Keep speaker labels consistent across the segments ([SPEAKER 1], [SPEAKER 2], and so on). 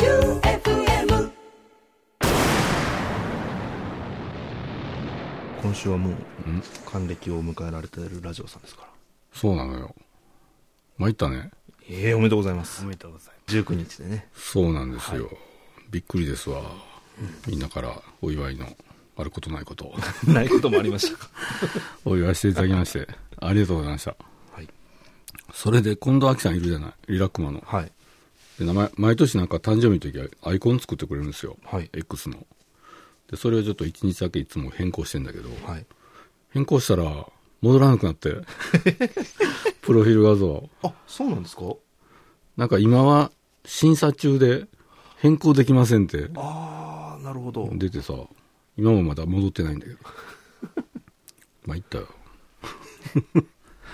[SPEAKER 1] J-O-E-U-F-M
[SPEAKER 2] 今週はもう還暦を迎えられてるラジオさんですから
[SPEAKER 3] そうなのよ。参ったね。
[SPEAKER 2] ええおめでとうございます
[SPEAKER 4] おめでとうございま
[SPEAKER 2] 19日でね
[SPEAKER 3] そうなんですよ。びっくりですわ。みんなからお祝いの、あることないこと を
[SPEAKER 2] ないこともありましたか
[SPEAKER 3] お祝いしていただきまして、ありがとうございました。
[SPEAKER 2] はい、
[SPEAKER 3] それで、近藤明さんいるじゃない。リラックマの。
[SPEAKER 2] はい、
[SPEAKER 3] で名前毎年なんか誕生日の時はアイコン作ってくれるんですよ。
[SPEAKER 2] はい
[SPEAKER 3] X の。で、それをちょっと一日だけいつも変更してんだけど、
[SPEAKER 2] はい、
[SPEAKER 3] 変更したら、戻らなくな って、プロフィール画像。
[SPEAKER 2] あそうなんですか
[SPEAKER 3] なんか今は審査中で変更できませんって
[SPEAKER 2] ああなるほど
[SPEAKER 3] 出てさ今もまだ戻ってないんだけど まあいったよ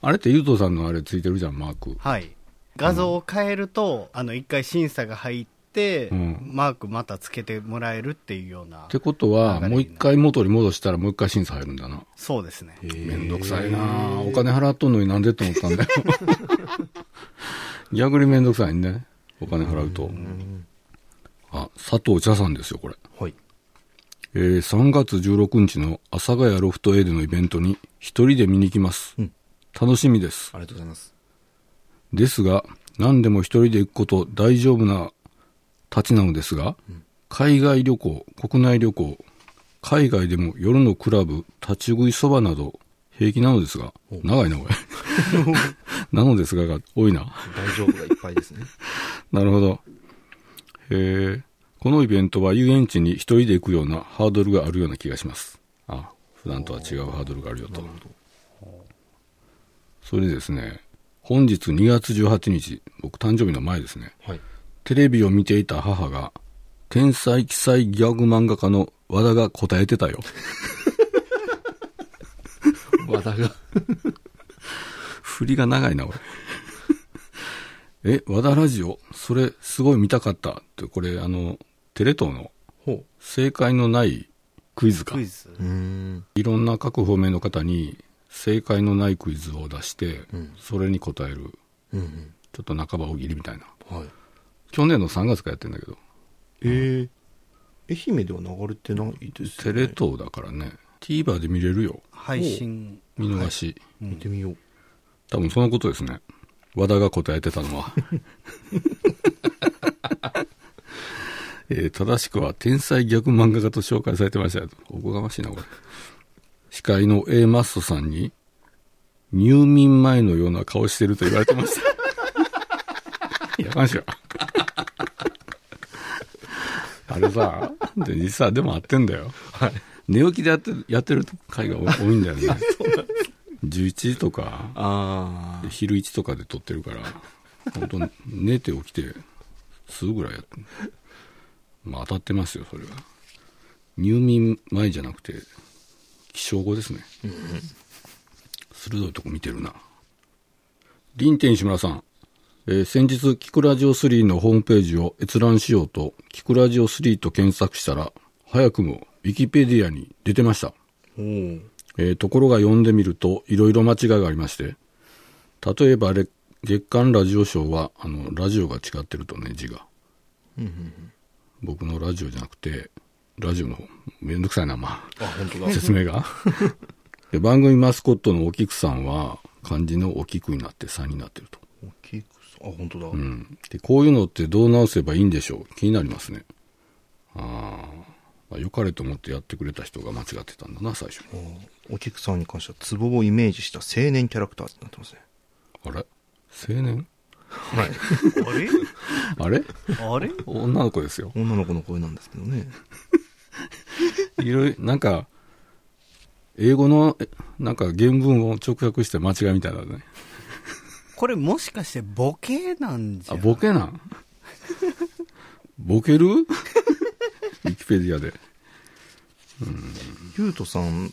[SPEAKER 3] あれってゆうとさんのあれついてるじゃんマーク
[SPEAKER 4] す。はい。画像を変えると、あの、一回審査が入って、
[SPEAKER 3] うん
[SPEAKER 4] マークまたつけてもらえるっていうような
[SPEAKER 3] っ。てことは
[SPEAKER 4] 流れになる
[SPEAKER 3] もう一回元に戻したらもう一回審査入るんだな
[SPEAKER 4] そうですね。
[SPEAKER 3] めんどくさいなお金払っとんのになんでと思ったんだよ逆にめんどくさいねお金払うとあ佐藤茶さんですよこれ
[SPEAKER 2] はい
[SPEAKER 3] えー3月16日の阿佐ヶ谷ロフト A でのイベントに一人で見に行きます、
[SPEAKER 2] うん
[SPEAKER 3] 楽しみです
[SPEAKER 2] ありがとうございます
[SPEAKER 3] ですが何でも一人で行くこと大丈夫なたちなのですが、海外旅行国内旅行海外でも夜のクラブ立ち食いそばなど平気なのですが長いなこれなのですがが多いな
[SPEAKER 2] 大丈夫がいっぱい ですね
[SPEAKER 3] なるほど。へえ。このイベントは遊園地に一人で行くようなハードルがあるような気がします。あ、普段とは違うハードルがあるよと。それでですね、本日2月18日、僕誕生日の前ですね、
[SPEAKER 2] はい
[SPEAKER 3] テレビを見ていた母が、天才記載ギャグ漫画家の和田が答えてたよ。
[SPEAKER 2] 和田が
[SPEAKER 3] 振りが長いな、俺。え、和田ラジオそれ、すごい見たかった。って、これ、あの、テレ東の
[SPEAKER 2] ほ
[SPEAKER 3] 正解のないクイズか
[SPEAKER 4] クイズ
[SPEAKER 2] ううーん
[SPEAKER 3] いろんな各方面の方に正解のないクイズを出して、
[SPEAKER 2] ん
[SPEAKER 3] それに答える
[SPEAKER 2] うんうん
[SPEAKER 3] ちょっと半ば大喜利みたいな
[SPEAKER 2] はい
[SPEAKER 3] 去年の3月からやってんだけど
[SPEAKER 2] ええ愛媛では流れてないです
[SPEAKER 3] テ
[SPEAKER 2] よ
[SPEAKER 3] レ
[SPEAKER 2] ね
[SPEAKER 3] 東だからね TVer で見れるよ
[SPEAKER 4] 配信。
[SPEAKER 3] 見逃し、
[SPEAKER 2] 見てみよう
[SPEAKER 3] 多分そのことですね和田が答えてたのは えー正しくは天才逆漫画家と紹介されてましたよおこがましいなこれ司会の A マッソさんに入眠前のような顔してると言われてました やかましいわあれさで実際でも合ってんだよ、寝起きでやってるやってる回が多いんだよね11時とか
[SPEAKER 2] あ
[SPEAKER 3] で昼1とかで撮ってるから本当寝て起きてすぐぐらいやってまあ当たってますよそれは入眠前じゃなくて起床後ですね鋭いとこ見てるな林天石村さん、えー先日キクラジオ3のホームページを閲覧しようとキクラジオ3と検索したら早くもウィキペディアに出てました
[SPEAKER 2] あお
[SPEAKER 3] えーところが読んでみるといろいろ間違いがありまして例えばれ月刊ラジオショーはあのラジオが違ってるとね字が、僕のラジオじゃなくてラジオの方めんどくさいなまあ
[SPEAKER 2] あ本当だ
[SPEAKER 3] 説明 がで番組マスコットのお菊さんは漢字のお菊になって3になってると、
[SPEAKER 2] 大きくさあ本当だ、
[SPEAKER 3] うん、でこういうのってどう直せばいいんでしょう気になりますねあー、まあ良かれと思ってやってくれた人が間違ってたんだな最初に
[SPEAKER 2] お菊さんに関してはツボをイメージした青年キャラクターってなってますね
[SPEAKER 3] あれ青年
[SPEAKER 2] はい
[SPEAKER 4] あれ
[SPEAKER 3] あれ
[SPEAKER 4] あれ
[SPEAKER 3] 女の子ですよ。
[SPEAKER 2] 女の子の声なんですけどね
[SPEAKER 3] いろいろ、なんか、英語の、えなんか原文を直訳して間違いみたいなね。
[SPEAKER 4] これもしかしてボケなんじゃ
[SPEAKER 3] あ、
[SPEAKER 4] ん
[SPEAKER 3] ボケなん。ボ ケるウィキペディアで。
[SPEAKER 2] ゆうとさん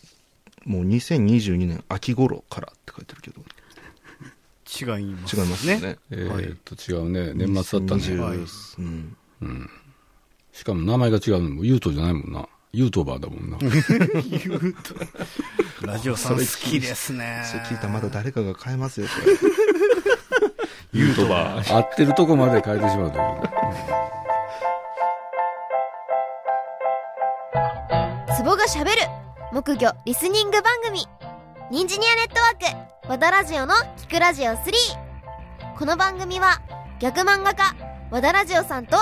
[SPEAKER 2] もう2022年秋頃からって書いてるけど
[SPEAKER 4] 違います。
[SPEAKER 2] 違いますよね。
[SPEAKER 3] えーっと、違うね。年末だったね。
[SPEAKER 2] 2020
[SPEAKER 4] はい
[SPEAKER 2] うん
[SPEAKER 3] しかも名前が違うのも、ユートじゃないもんな。ユートバーだもん な。
[SPEAKER 4] ラジオさん好きですね。
[SPEAKER 2] それ聞いたらまだ誰かが変えますよそれユートバー。
[SPEAKER 3] 合ってるとこまで変えてしまうという。
[SPEAKER 5] ツボがしゃべる木魚リスニング番組ニンジニアネットワーク和田ラジオの「聞くラジオ3」この番組は逆漫画家和田ラジオさんと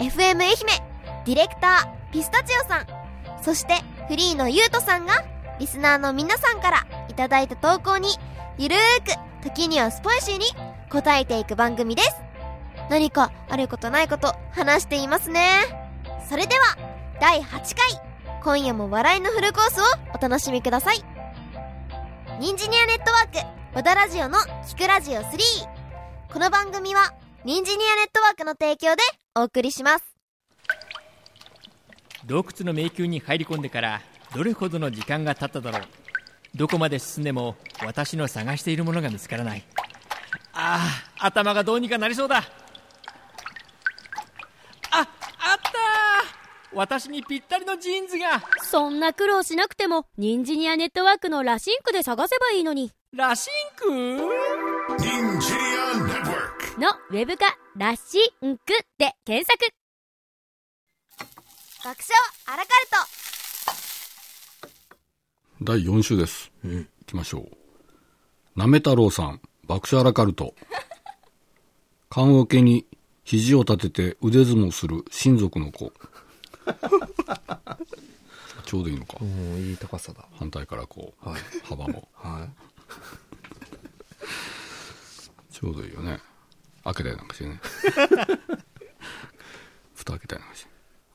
[SPEAKER 5] FM 愛媛ディレクターピスタチオさんそしてフリーのゆうとさんがリスナーの皆さんからいただいた投稿にゆるーく時にはスパイシーに答えていく番組です何かあることないこと話していますねそれでは第8回今夜も笑いのフルコースをお楽しみくださいニンジニアネットワーク和田ラジオの「聞くラジオ3」この番組はニンジニアネットワークの提供でお送りします
[SPEAKER 6] 洞窟の迷宮に入り込んでからどれほどの時間が経っただろうどこまで進んでも私の探しているものが見つからないああ頭がどうにかなりそうだああったー私にぴったりのジーンズが
[SPEAKER 7] そんな苦労しなくても、ニンジニアネットワークのラシンクで探せばいいのに。
[SPEAKER 6] ラシンク
[SPEAKER 8] Ninja Network.
[SPEAKER 7] のウェブ化、ラシンクで検索。
[SPEAKER 5] 学者アラカルト
[SPEAKER 3] 第4週です。行きましょう。なめ太郎さん、爆笑アラカルト。 棺桶に肘を立てて腕相撲する親族の子。 ちょうどいいのか。
[SPEAKER 2] うん、いい高さだ。
[SPEAKER 3] 反対からこう、幅も。
[SPEAKER 2] は
[SPEAKER 3] ちょうどいいよね。開けたりなんかしてね。蓋開けたりなんかして。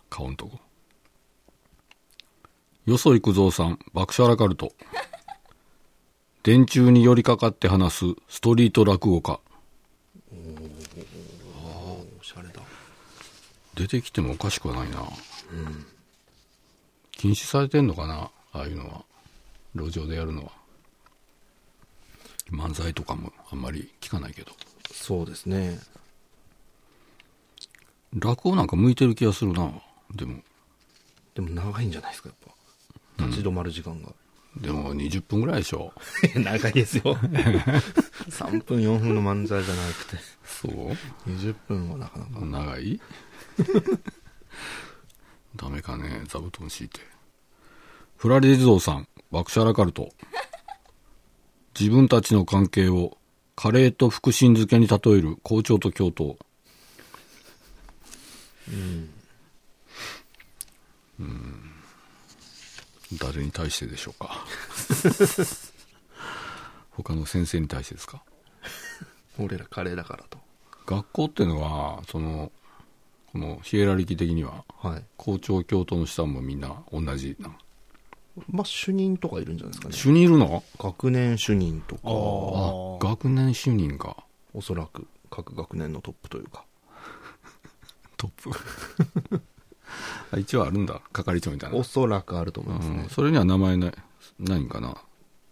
[SPEAKER 3] 顔んとこ。よそ行くぞうさん、爆笑アラカルト。電柱に寄りかかって話すストリート落語家。
[SPEAKER 2] い。おしゃれだ。
[SPEAKER 3] 出てきてもおかしくはないな、禁止されてんのかなああいうのは路上でやるのは漫才とかもあんまり聞かないけど
[SPEAKER 2] そうですね。
[SPEAKER 3] 落語なんか向いてる気がするなでも
[SPEAKER 2] でも長いんじゃないですか、やっぱ。立ち止まる時間が。
[SPEAKER 3] でも20分ぐらいでしょ
[SPEAKER 2] 長いです よ。3分、4分の漫才じゃなくて。
[SPEAKER 3] そう
[SPEAKER 2] 20分はなかなか。
[SPEAKER 3] 長い ダメかね座布団敷いてフラリ地蔵さん爆笑アラカルト自分たちの関係をカレーと福神漬けに例える校長と教頭うん誰に対してでしょうか 他の先生に対してですか
[SPEAKER 2] 俺らカレーだからと。
[SPEAKER 3] 学校っていうのはそのこのヒエラルキー的には
[SPEAKER 2] はい。
[SPEAKER 3] 校長教頭の下もみんな同じな
[SPEAKER 2] まあ、主任とかいるんじゃないですかね。
[SPEAKER 3] 主任いるの
[SPEAKER 2] 学年主任とか、
[SPEAKER 3] あ学年主任が
[SPEAKER 2] おそらく各学年のトップという か。
[SPEAKER 3] トップあ一応あるんだ係長みたいな
[SPEAKER 2] おそらくあると思います
[SPEAKER 3] う
[SPEAKER 2] ね
[SPEAKER 3] ん、。それには名前ないないんかな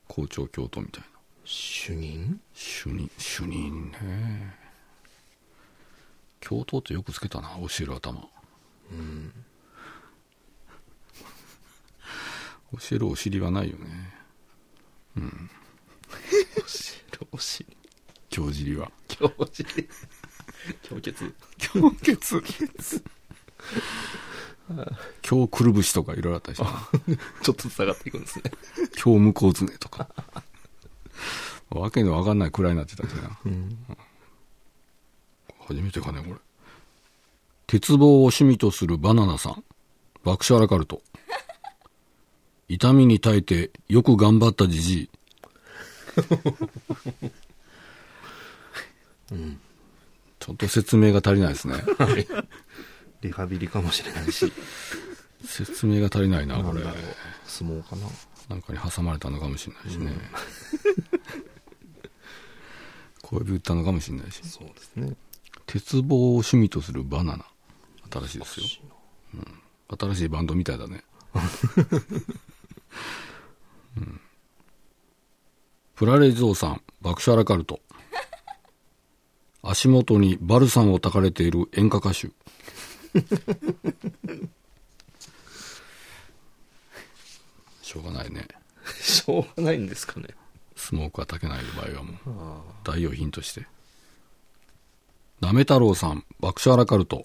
[SPEAKER 3] 校長教頭みたいな
[SPEAKER 2] 主任
[SPEAKER 3] 主任主任ね教頭ってよくつけたな教える頭うん教えるお尻はないよね
[SPEAKER 2] 教師
[SPEAKER 3] 教尻は
[SPEAKER 2] 教師教血
[SPEAKER 3] 教血教くるぶしとかいろいろあったりして
[SPEAKER 2] ちょっとずつ上がっていくんですね。
[SPEAKER 3] 教無効ずねとか わけのわかんないくらいになってたんだよな、初めてかねこれ鉄棒を趣味とするバナナさん爆笑アラカルト痛みに耐えてよく頑張ったじ じいちょっと説明が足りないですね
[SPEAKER 2] リハビリかもしれない し、
[SPEAKER 3] 説明が足りないなこれ
[SPEAKER 2] 相撲かな。
[SPEAKER 3] なんかに挟まれたのかもしれないしね、 恋人のかもしれないし
[SPEAKER 2] そうですね。
[SPEAKER 3] 鉄棒を趣味とするバナナ新しいですよ、うん、新しいバンドみたいだね、 うんプラレゾーさん爆笑アラカルト足元にバルサンをたかれている演歌 歌手しょうがないね
[SPEAKER 2] しょうがないんですかね。
[SPEAKER 3] スモークはたけない場合はもう代用品としてダメ太郎さん、爆笑アラカルト。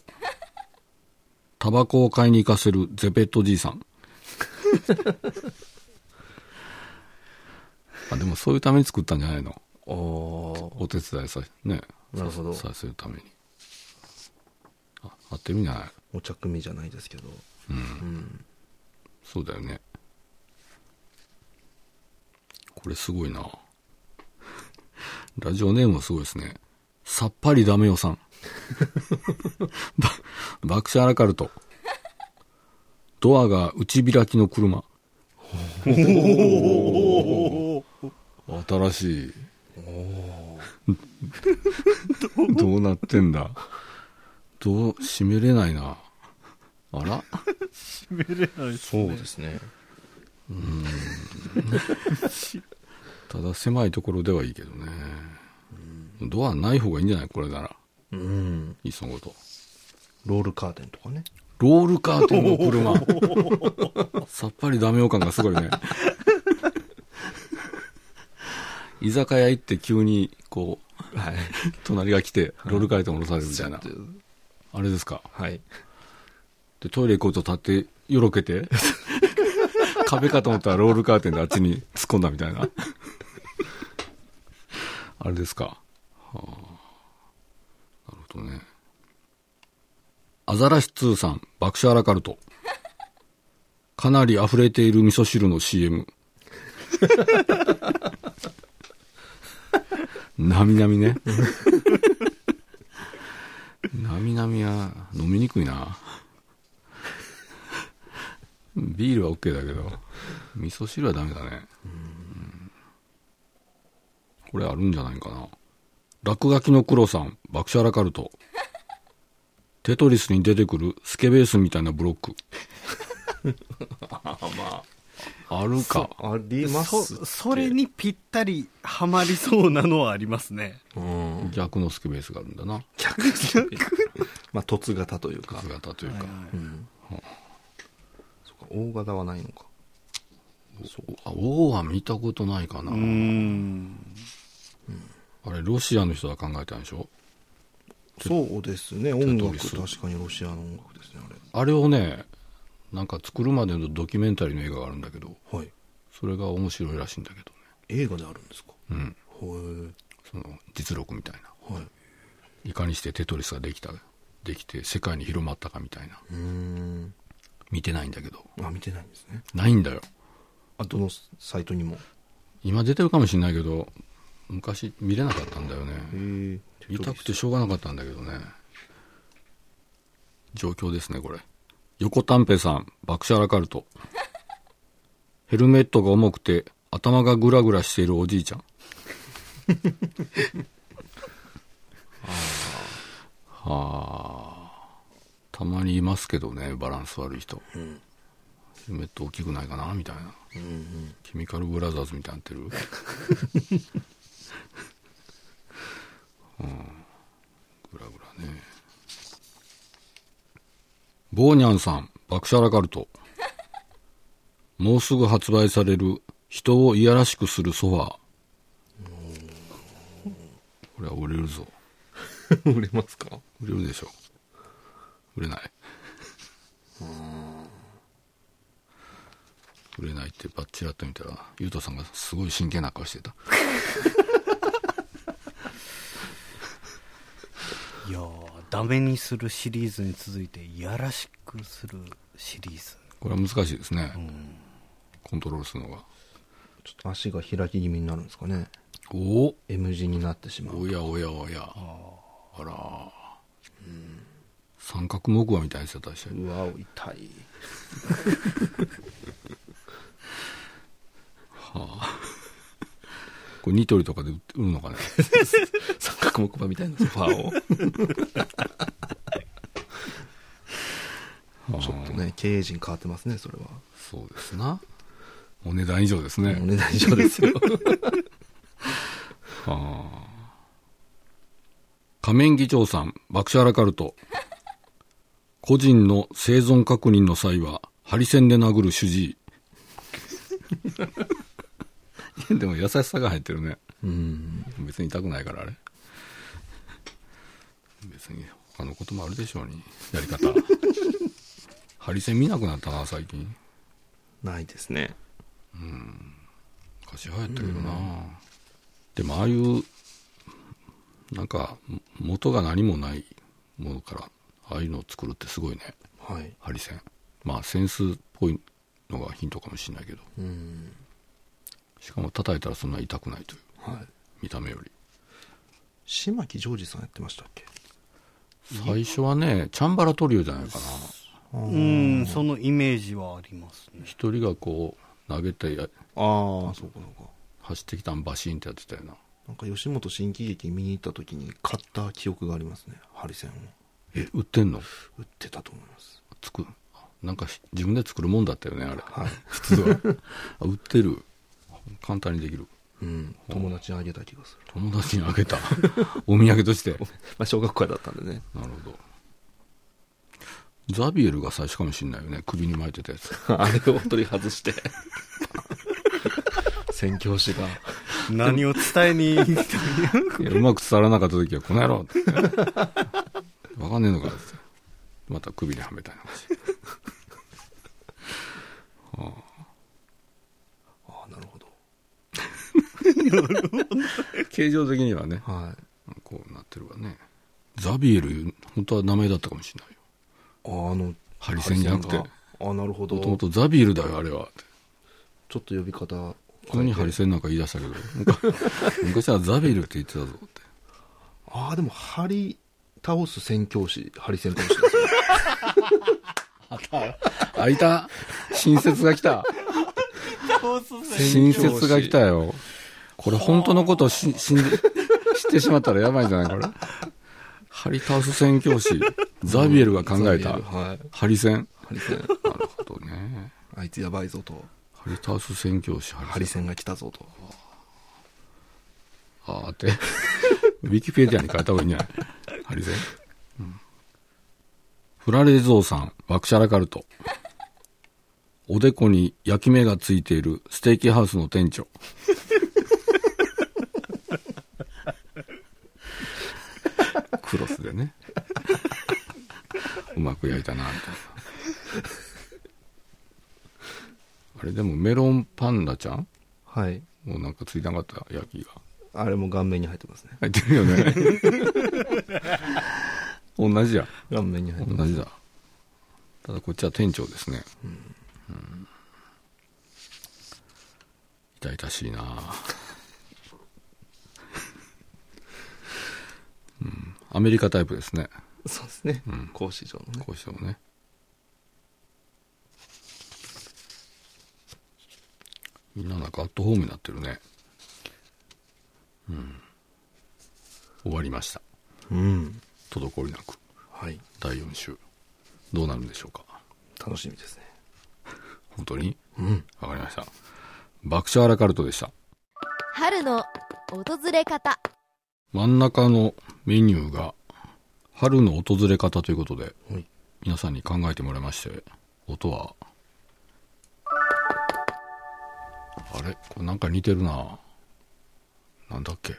[SPEAKER 3] タバコを買いに行かせるゼペットじいさん。 あでもそういうために作ったんじゃないの
[SPEAKER 2] あー
[SPEAKER 3] お手伝いさ、ね、
[SPEAKER 2] なるほど
[SPEAKER 3] させるために。あ、合ってるんじゃない
[SPEAKER 2] お茶組じゃないですけど
[SPEAKER 3] そうだよね。これすごいな。ラジオネームすごいですね。さっぱりダメよさん。ば爆笑アラカルト。ドアが内開きの車。新しい。どうなってんだ。どう、閉めれないな。あら
[SPEAKER 2] そうですね
[SPEAKER 3] ただ狭いところではいいけどね、ドアない方がいいんじゃないこれなら
[SPEAKER 2] うん
[SPEAKER 3] いっそのこと
[SPEAKER 2] ロールカーテンとかね
[SPEAKER 3] ロールカーテンの車さっぱりダメよ感がすごいね居酒屋行って急にこう、隣が来てロールカーテン下ろされるみたいな、
[SPEAKER 2] ちょっと
[SPEAKER 3] あれですか
[SPEAKER 2] はい
[SPEAKER 3] でトイレ行こうと立ってよろ けて壁かと思ったらロールカーテンであっちに突っ込んだみたいなあれですか、はあ、なるほどねアザラシ2さん爆笑アラカルトかなり溢れている味噌汁の CM なみなみねなみなみは飲みにくいなビールは OK だけど味噌汁はダメだねうんこれあるんじゃないかな落書きの黒さん爆笑アラカルトテトリスに出てくるスケベースみたいなブロッ クまああるか
[SPEAKER 2] あります
[SPEAKER 4] そそれにぴったりはまりそうなのはありますね
[SPEAKER 2] うん
[SPEAKER 3] 逆のスケベースがあるんだな
[SPEAKER 2] まあ凸型というか
[SPEAKER 3] 逆型というか、
[SPEAKER 2] そうか大型はないのか
[SPEAKER 3] あ王は見たことないかな、
[SPEAKER 4] うーん
[SPEAKER 3] あれロシアの人が考えたんでしょ
[SPEAKER 2] そうですね音楽
[SPEAKER 3] テトリス
[SPEAKER 2] 確かにロシアの音楽ですねあれ
[SPEAKER 3] あれをねなんか作るまでのドキュメンタリーの映画があるんだけど
[SPEAKER 2] はい
[SPEAKER 3] それが面白いらしいんだけどね
[SPEAKER 2] 映画であるんですか
[SPEAKER 3] うん
[SPEAKER 2] へ
[SPEAKER 3] その実録みたいな
[SPEAKER 2] えはい
[SPEAKER 3] いかにしてテトリスができたできて世界に広まったかみたいな
[SPEAKER 2] うーん
[SPEAKER 3] 見てないんだけど
[SPEAKER 2] あ見てないんですね
[SPEAKER 3] ないんだよ
[SPEAKER 2] あどのサイトにも
[SPEAKER 3] 今出てるかもしれないけど昔見れなかったんだよね
[SPEAKER 2] え
[SPEAKER 3] 見たくてしょうがなかったんだけどね状況ですねこれ横丹平さん爆笑アラカルトヘルメットが重くて頭がグラグラしているおじいちゃんはあたまにいますけどねバランス悪い人、ヘルメット大きくないかなみたいな、ケミカルブラザーズみたいになってるぐらぐらね。ボーニャンさん、爆笑アラカルト。 もうすぐ発売される、人をいやらしくするソファー。これは売れるぞ。
[SPEAKER 2] 売れますか
[SPEAKER 3] 売れるでしょ。売れない。 売れないってバッチラって見たら、ゆうとさんがすごい真剣な顔してた。
[SPEAKER 4] いやーダメにするシリーズに続いていやらしくするシリーズ
[SPEAKER 3] これは難しいですね。コントロールするのが。
[SPEAKER 2] ちょっと足が開き気味になるんですかね
[SPEAKER 3] おお
[SPEAKER 2] M 字になってしまう
[SPEAKER 3] おやおやおやあらー、三角木馬みたいにしてたでしょ
[SPEAKER 2] うわ痛い
[SPEAKER 3] これニトリとかで売るのかね
[SPEAKER 2] 三角木馬みたいなソファーを ちょっとね経営陣変わってますねそれは
[SPEAKER 3] そうですなお値段以上です
[SPEAKER 2] お
[SPEAKER 3] ね
[SPEAKER 2] 値段以上です よ
[SPEAKER 3] 仮面議長さん爆笑アラカルト個人の生存確認の際はハリセンで殴る主治医 でも優しさが入ってるね
[SPEAKER 2] うん
[SPEAKER 3] 別に痛くないからあれ別に他のこともあるでしょうにやり方ハリセン見なくなったな最近
[SPEAKER 2] ないですね
[SPEAKER 3] 昔流行ったけどな、でもああいうなんかも元が何もないものからああいうのを作るってすごいね
[SPEAKER 2] はい
[SPEAKER 3] ハリセンまあセンスっぽいのがヒントかもしれないけど
[SPEAKER 2] うん
[SPEAKER 3] しかも叩いたらそんな痛くないという
[SPEAKER 2] はい
[SPEAKER 3] 見た目より
[SPEAKER 2] 島木ジョージさんやってましたっけ
[SPEAKER 3] 最初はねチャンバラトリオじゃないかな
[SPEAKER 4] うんそのイメージはありますね
[SPEAKER 3] 一人がこう投げてや
[SPEAKER 2] ああそうかそうか
[SPEAKER 3] 走ってきたんバシーンってやってたよな
[SPEAKER 2] なんか吉本新喜劇見に行った時に買った記憶がありますねハリセンを
[SPEAKER 3] え売ってんの
[SPEAKER 2] 売ってたと思います
[SPEAKER 3] 作るなんかし自分で作るもんだったよねあれ
[SPEAKER 2] はい、
[SPEAKER 3] 普通は あ売ってる簡単にできる
[SPEAKER 2] うん、友達にあげた気がする、
[SPEAKER 3] 友達にあげたお土産と して
[SPEAKER 2] まあ、小学校だったんでね
[SPEAKER 3] なるほどザビエルが最初かもしんないよね首に巻いてた やつ
[SPEAKER 2] あれを取り外 して宣教師が
[SPEAKER 4] 何を伝えに
[SPEAKER 3] いやうまく伝わらなかった時はこの野郎 ってわかんねえのかってまた首にはめたいな感じ
[SPEAKER 2] ああなるほど
[SPEAKER 3] 形状的にはね
[SPEAKER 2] はい
[SPEAKER 3] こうなってるわねザビエル本当は名前だったかもしれないよ
[SPEAKER 2] あーあの
[SPEAKER 3] ハリセンじゃなく
[SPEAKER 2] ハ
[SPEAKER 3] て
[SPEAKER 2] リセンがあーなるほど
[SPEAKER 3] もともとザビエルだよあれはって
[SPEAKER 2] ちょっと呼び方
[SPEAKER 3] 急にハリセンなんか言い出し たけど昔昔はザビエルって言ってたぞって
[SPEAKER 2] ああでもハリ倒す宣教師ハリセンかもしれないですね
[SPEAKER 3] あいた新説が 来た新説が来たよこれ本当のことをし死んで知ってしまったらやばいんじゃないこれハリタウス宣教師ザビエルが考えた、
[SPEAKER 2] ザビエルはい
[SPEAKER 3] ハリセン
[SPEAKER 2] ハリセン
[SPEAKER 3] なるほどね
[SPEAKER 2] あいつやばいぞと
[SPEAKER 3] ハリタウス宣教師
[SPEAKER 2] ハ
[SPEAKER 3] ハリ
[SPEAKER 2] リ
[SPEAKER 3] セン
[SPEAKER 2] センが来たぞと
[SPEAKER 3] あーってウィキペディアに変えた方がいいんじゃないハリセン、うんフラレゾーさんワクシャラカルトおでこに焼き目がついているステーキハウスの店長クロスでねうまく焼いたなみたいなあれでもメロンパンナちゃん
[SPEAKER 2] はい
[SPEAKER 3] もうなんかついてなかった焼きが
[SPEAKER 2] あれも顔面に入ってますね
[SPEAKER 3] 入ってるよね同じや
[SPEAKER 2] 顔面に入ってま
[SPEAKER 3] 同じだただこっちは店長ですねうん痛々しいなうんアメリカタイプですね
[SPEAKER 2] すそうですね、講師上のね
[SPEAKER 3] こうしてもねみんななんかアットホームになってるねうん終わりました
[SPEAKER 2] うん
[SPEAKER 3] 滞りなく
[SPEAKER 2] はい
[SPEAKER 3] 第4週どうなるんでしょうか
[SPEAKER 2] 楽しみですね
[SPEAKER 3] 本当に
[SPEAKER 2] うん
[SPEAKER 3] わかりました爆笑アラカルトでした
[SPEAKER 5] 春の訪れ方
[SPEAKER 3] 真ん中のメニューが春の訪れ方ということで
[SPEAKER 2] はい
[SPEAKER 3] 皆さんに考えてもらいまして音はあれこれなんか似てるななんだっけ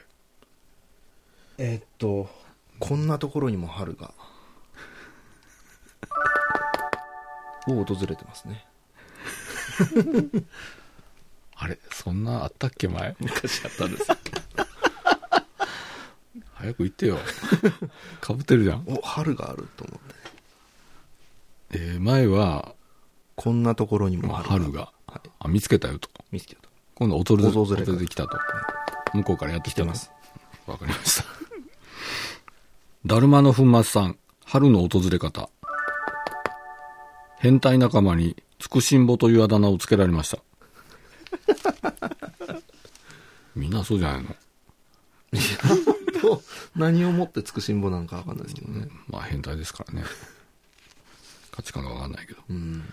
[SPEAKER 2] えーっとこんなところにも春 がを訪れてますね
[SPEAKER 3] あれそんなあったっけ前
[SPEAKER 2] 昔あったんです
[SPEAKER 3] 早く言ってよかぶってるじゃん、
[SPEAKER 2] お春があると思って
[SPEAKER 3] えー前は
[SPEAKER 2] こんなところにも
[SPEAKER 3] まあ
[SPEAKER 2] 春が
[SPEAKER 3] 春が
[SPEAKER 2] はい、
[SPEAKER 3] あ見つけたよと
[SPEAKER 2] 見つけた
[SPEAKER 3] 今度は訪れ
[SPEAKER 2] 訪れ
[SPEAKER 3] 訪れてきたと向こうからやってき
[SPEAKER 2] 来て
[SPEAKER 3] たと
[SPEAKER 2] ます
[SPEAKER 3] わかりました だるまの粉末さん春の訪れ方変態仲間につくしんぼというあだ名をつけられましたみんなそうじゃないの
[SPEAKER 2] と何をもってつくしんぼなんかわかんないですけどね
[SPEAKER 3] まあ変態ですからね 価値観がわかんないけど
[SPEAKER 2] うん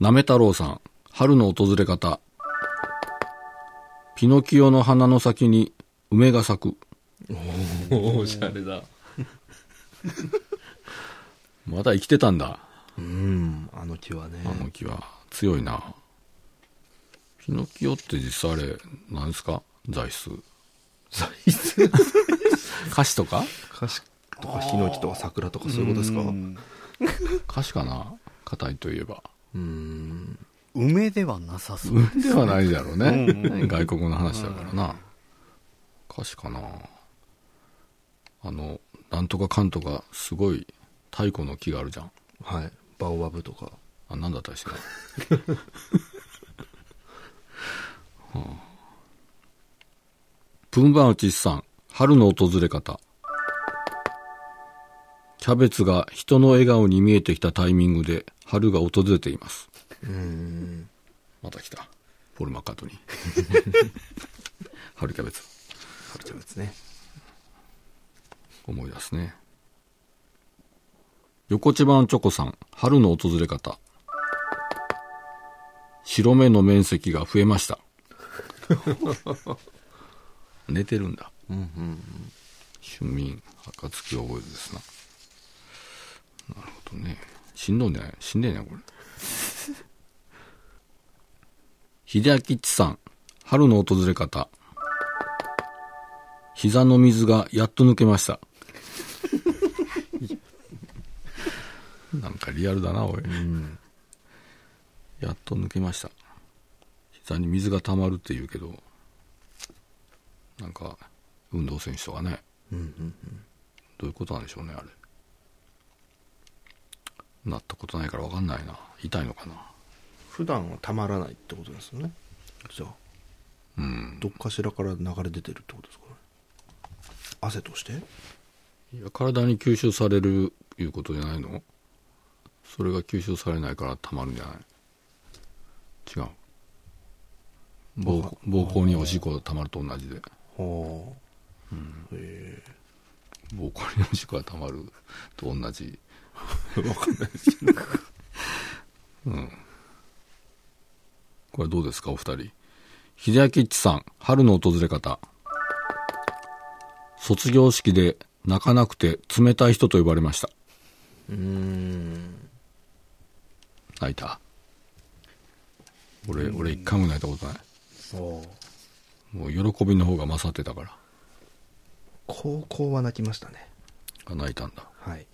[SPEAKER 3] なめ太郎さん、春の訪れ方。ピノキオの花の先に梅が咲く。
[SPEAKER 2] おしゃれだ
[SPEAKER 3] まだ生きてたんだ、
[SPEAKER 2] うんあの木はね
[SPEAKER 3] あの木は。強いな。ピノキオって実際あ れ、何ですか材質。
[SPEAKER 2] 材質
[SPEAKER 3] 歌詞とか
[SPEAKER 2] カシと かヒノキとか桜とかそういうことですかうん
[SPEAKER 4] ん
[SPEAKER 3] 歌詞かな硬いといえば
[SPEAKER 2] ん
[SPEAKER 4] 梅ではなさそう
[SPEAKER 3] うんではないだろうね、
[SPEAKER 4] うんうん
[SPEAKER 3] 外国の話だからな、歌詞かなあのなんとかかんとかすごい太古の木があるじゃん
[SPEAKER 2] はいバオバブとか
[SPEAKER 3] あなんだったりしてな プンバーチスさん春の訪れ方キャベツが人の笑顔に見えてきたタイミングで春が訪れています
[SPEAKER 2] うん
[SPEAKER 3] また来たポール・マッカートニー 春キャベツ
[SPEAKER 2] カルチャーですね
[SPEAKER 3] 思い出すね横千葉のチョコさん春の訪れ方白目の面積が増えました 寝てるんだ
[SPEAKER 2] うんうん
[SPEAKER 3] 春眠暁を覚えずですななるほどねしんどんじゃないしんでんねこれ秀明っちさん春の訪れ方膝の水がやっと抜けましたなんかリアルだなおい、やっと抜けました膝に水が溜まるって言うけどなんか運動選手とかね、どういうことなんでしょうねあれなったことないから分かんないな痛いのかな
[SPEAKER 2] 普段はたまらないってことですよねじゃあ
[SPEAKER 3] うん
[SPEAKER 2] どっかしらから流れ出てるってことですかね汗として
[SPEAKER 3] いや体に吸収されるいうことじゃないのそれが吸収されないからたまるんじゃない違う膀膀胱におしっこがたまると同じで
[SPEAKER 2] は
[SPEAKER 3] 膀胱におしっこがたまると同じ
[SPEAKER 2] あかんない
[SPEAKER 3] これどうですかお二人秀明一さん春の訪れ方卒業式で泣かなくて冷たい人と呼ばれました泣いた俺俺一回も泣いたことない
[SPEAKER 4] そう
[SPEAKER 3] もう喜びの方が勝ってたから
[SPEAKER 2] 高校は泣きましたね
[SPEAKER 3] あ泣いたんだ
[SPEAKER 2] はい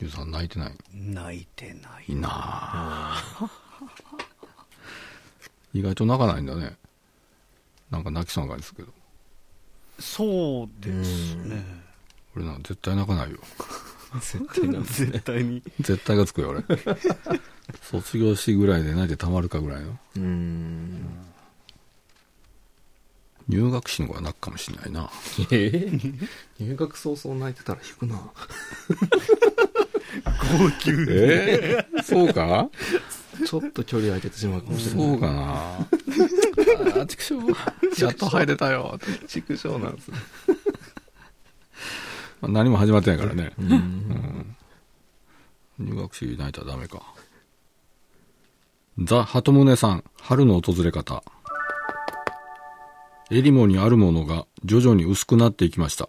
[SPEAKER 3] ゆうさん泣いてない
[SPEAKER 4] 泣いてない
[SPEAKER 3] いいなあ 意外と泣かないんだねなんか泣きそうな感じですけど
[SPEAKER 4] そうですね
[SPEAKER 3] 俺なんか絶対泣かないよ
[SPEAKER 4] 絶対に
[SPEAKER 3] 絶対がつくよ 俺卒業式ぐらいで泣いてたまるかぐらいの
[SPEAKER 2] うん
[SPEAKER 3] 入学式の子は泣くかもしれないな
[SPEAKER 2] ええ入学早々泣いてたら引 くな
[SPEAKER 3] ええそうか
[SPEAKER 2] ちょっと距離空けてしまうかもしれない
[SPEAKER 3] そうかな あーちくしょうやっと入れたよって
[SPEAKER 2] 畜生なんですね
[SPEAKER 3] まあ何も始まってないからね、うん入学式泣いたらダメかザ・ハトムネさん春の訪れ方エリモにあるものが徐々に薄くなっていきました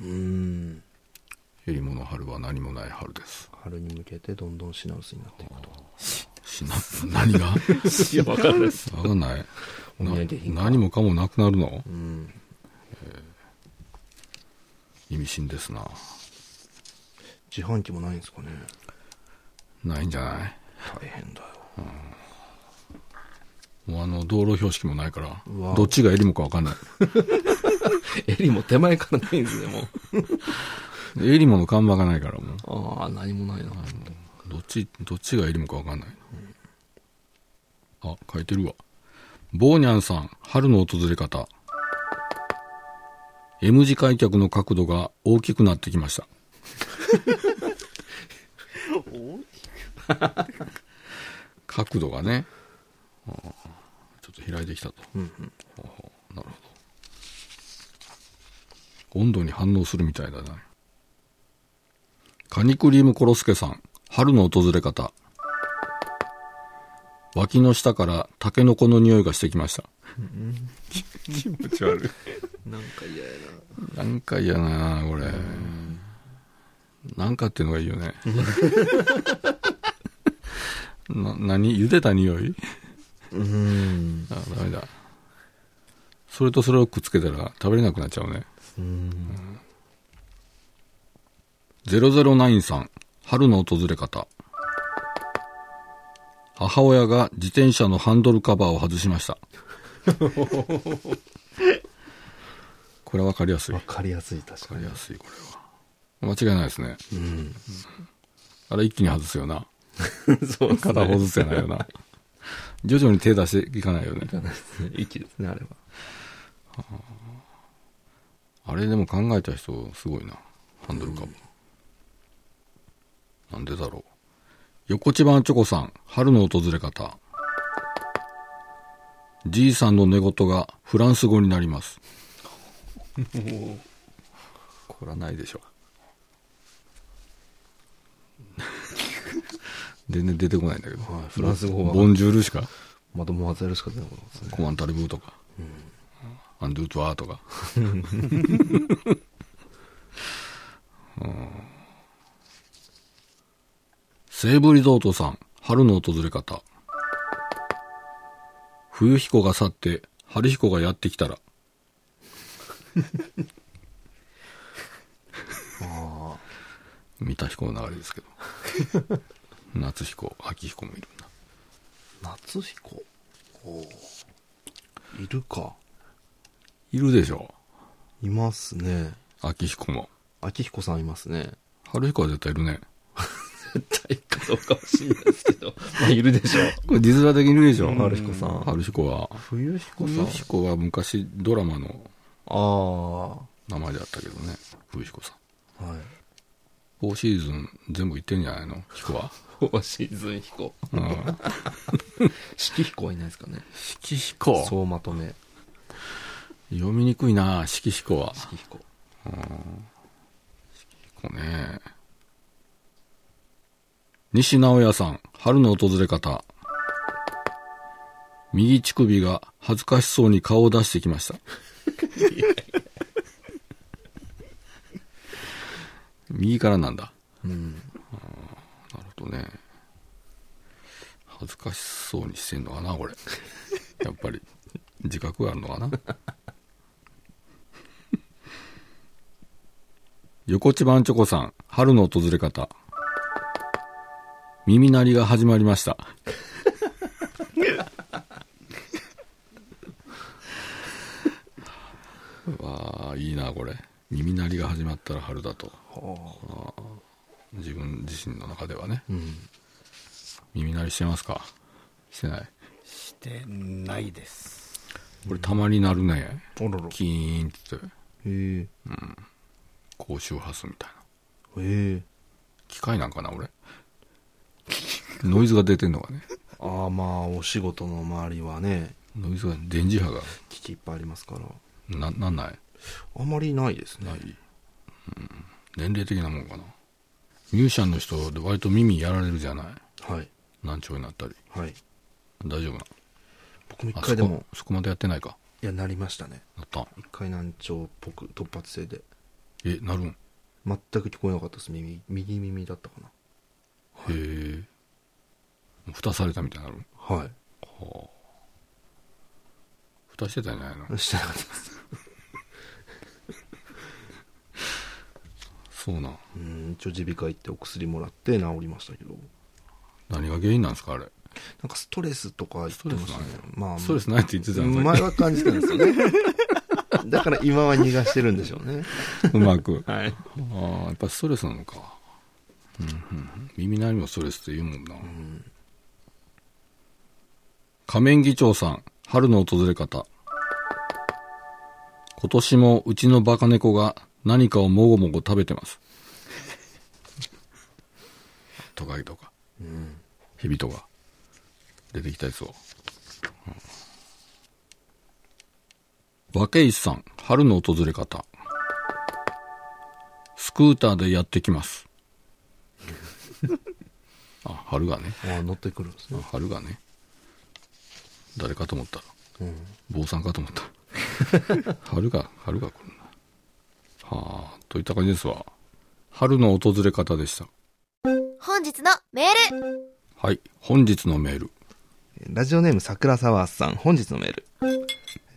[SPEAKER 2] うん
[SPEAKER 3] エリモの春は何もない春です
[SPEAKER 2] 春に向けてどんどん品薄になっていくと
[SPEAKER 3] し な何が
[SPEAKER 2] いやわかんないです
[SPEAKER 3] わかんない
[SPEAKER 2] お土産品
[SPEAKER 3] な何もかもなくなるの
[SPEAKER 2] うん
[SPEAKER 3] 意味深ですな
[SPEAKER 2] 自販機もないんですかね
[SPEAKER 3] ないんじゃない
[SPEAKER 2] 大変だよ
[SPEAKER 3] もうあの道路標識もないから
[SPEAKER 2] うわ
[SPEAKER 3] どっちがエリモかわかんない
[SPEAKER 2] 襟も手前からないんですねも
[SPEAKER 3] エリモの看板がないからもう
[SPEAKER 2] うああ何もないな
[SPEAKER 3] どっち、どっちがエリモかわかんない。あ、書いてるわ。ボーニャンさん、春の訪れ方。M 字開脚の角度が大きくなってきま した。角度がね。あーちょっと開いてきたと。ほうほうなるほど。温度に反応するみたいだね。カニクリームコロスケさん、春の訪れ方。脇の下からタケノコの匂いがしてきました。 気持ち悪
[SPEAKER 2] なんか嫌や
[SPEAKER 3] い。なんか嫌なあこれ。なんかっていうのがいいよね。 な、何茹でた匂い
[SPEAKER 2] なうん
[SPEAKER 3] あ、ダメだ。それとそれをくっつけたら食べれなくなっちゃうね。 009さん、春の訪れ方。母親が自転車のハンドルカバーを外し ました。これはわかりやすい。
[SPEAKER 2] わ
[SPEAKER 3] わ
[SPEAKER 2] かりやすい確か
[SPEAKER 3] かり
[SPEAKER 2] に
[SPEAKER 3] やすい、これは。間違いないですね。あれ一気に外すよな。
[SPEAKER 2] そうですね
[SPEAKER 3] 片方ずつやない よな。徐々に手出していかないよね。
[SPEAKER 2] 息ですねあれは
[SPEAKER 3] あれでも考えた人すごいな。ハンドルカバー。なんでだろう。横千葉のチョコさん、春の訪れ方。じいさんの寝言がフランス語になります。こらないでしょ。 全然出てこないんだけど。
[SPEAKER 2] フランス語は
[SPEAKER 3] ボンジュールしか。
[SPEAKER 2] まともはずるしか出なかったですね
[SPEAKER 3] コマンタルブーとか、アンドゥトワーとか。うん西武リゾートさん、春の訪れ方。冬彦が去って、春彦がやってきたら、三田彦の流れですけど。夏彦、秋彦もいるな。
[SPEAKER 2] 夏彦いるか
[SPEAKER 3] いるでしょ
[SPEAKER 2] いますね
[SPEAKER 3] 秋彦も。
[SPEAKER 2] 秋彦さんいますね
[SPEAKER 3] 春彦は絶対いるね。
[SPEAKER 2] 絶対かどうかは知んないですけどまあいるでしょう
[SPEAKER 3] これ実話的にいるでしょ。
[SPEAKER 2] 春彦さん
[SPEAKER 3] 春彦は。
[SPEAKER 2] 冬彦さん
[SPEAKER 3] 冬彦は昔ドラマの
[SPEAKER 2] ああは
[SPEAKER 3] 名前であったけどね。冬彦さん。
[SPEAKER 2] い
[SPEAKER 3] 4シーズン全部行ってんじゃないの彦は。
[SPEAKER 2] 大シーズン彦
[SPEAKER 3] うん。
[SPEAKER 2] 四季彦はいないですかね
[SPEAKER 3] 四季彦
[SPEAKER 2] そうまとめ
[SPEAKER 3] 読みにくいな四季彦は。
[SPEAKER 2] 四季彦
[SPEAKER 3] こうね。西直哉さん、春の訪れ方。右乳首が恥ずかしそうに顔を出してきました。右からなんだ。あーなるほどね。恥ずかしそうにしてんのかな、これ。やっぱり、自覚があるのかな。横地番チョコさん、春の訪れ方。耳鳴りが始まりました。 わあ、いいな、これ。耳鳴りが始まったら春だと。あー自分自身の中ではね。耳鳴りしてますかしてない。
[SPEAKER 4] してないです
[SPEAKER 3] これたまになるね。
[SPEAKER 2] おろろ
[SPEAKER 3] キーンって、
[SPEAKER 2] へえ
[SPEAKER 3] 高周波数みたいな。
[SPEAKER 2] へえ
[SPEAKER 3] 機械なんかな、俺。 ノイズが出てんのかね。
[SPEAKER 2] ああまあお仕事の周りはね
[SPEAKER 3] ノイズが、電磁波が、
[SPEAKER 2] 危機いっぱいありますから
[SPEAKER 3] な、なんない
[SPEAKER 2] あまりないですね
[SPEAKER 3] ない、うん、年齢的なもんかなミュージシャンの人で割と耳やられるじゃない
[SPEAKER 2] はい
[SPEAKER 3] 難聴になったり
[SPEAKER 2] はい
[SPEAKER 3] 大丈夫な
[SPEAKER 2] 僕も一
[SPEAKER 3] あ
[SPEAKER 2] 回でも
[SPEAKER 3] そこそこまでやってないか
[SPEAKER 2] いやなりましたね
[SPEAKER 3] なったん
[SPEAKER 2] 一回難聴っぽく突発性で
[SPEAKER 3] えなるんへ
[SPEAKER 2] 全く聞こえなかったです耳右耳だったかな
[SPEAKER 3] え蓋されたみたいになる
[SPEAKER 2] は
[SPEAKER 3] 蓋してたんじゃないの
[SPEAKER 2] いしてなかったです
[SPEAKER 3] そうなん
[SPEAKER 2] うん一応耳鼻科行ってお薬もらって治りましたけど
[SPEAKER 3] 何が原因なんですかあれ
[SPEAKER 2] なんかストレスとか言ってましたね
[SPEAKER 3] ストレス
[SPEAKER 2] まあ
[SPEAKER 3] ストレスないって言ってたの
[SPEAKER 2] 前は感じたんですよ ねだから今は逃がしてるんでしょうね
[SPEAKER 3] うまくあ
[SPEAKER 2] はい
[SPEAKER 3] あやっぱストレスなのかうんうんうん耳鳴りもストレスって言うもんな、仮面議長さん春の訪れ方今年もうちのバカ猫が何かをもごもご食べてます トカゲとか、ヘビとか出てきたやつを、うん、和石さん春の訪れ方スクーターでやってきます。 あ、春がね。
[SPEAKER 2] ああ乗ってくるんです
[SPEAKER 3] あ
[SPEAKER 2] ね
[SPEAKER 3] 春がね。誰かと思ったら。坊さんかと思った。 春が、春が来るな。はあ、といった感じですわ。春の訪れ方でした。
[SPEAKER 5] 本日のメール
[SPEAKER 3] はい、本日のメール。
[SPEAKER 2] ラジオネーム桜沢さん本日のメール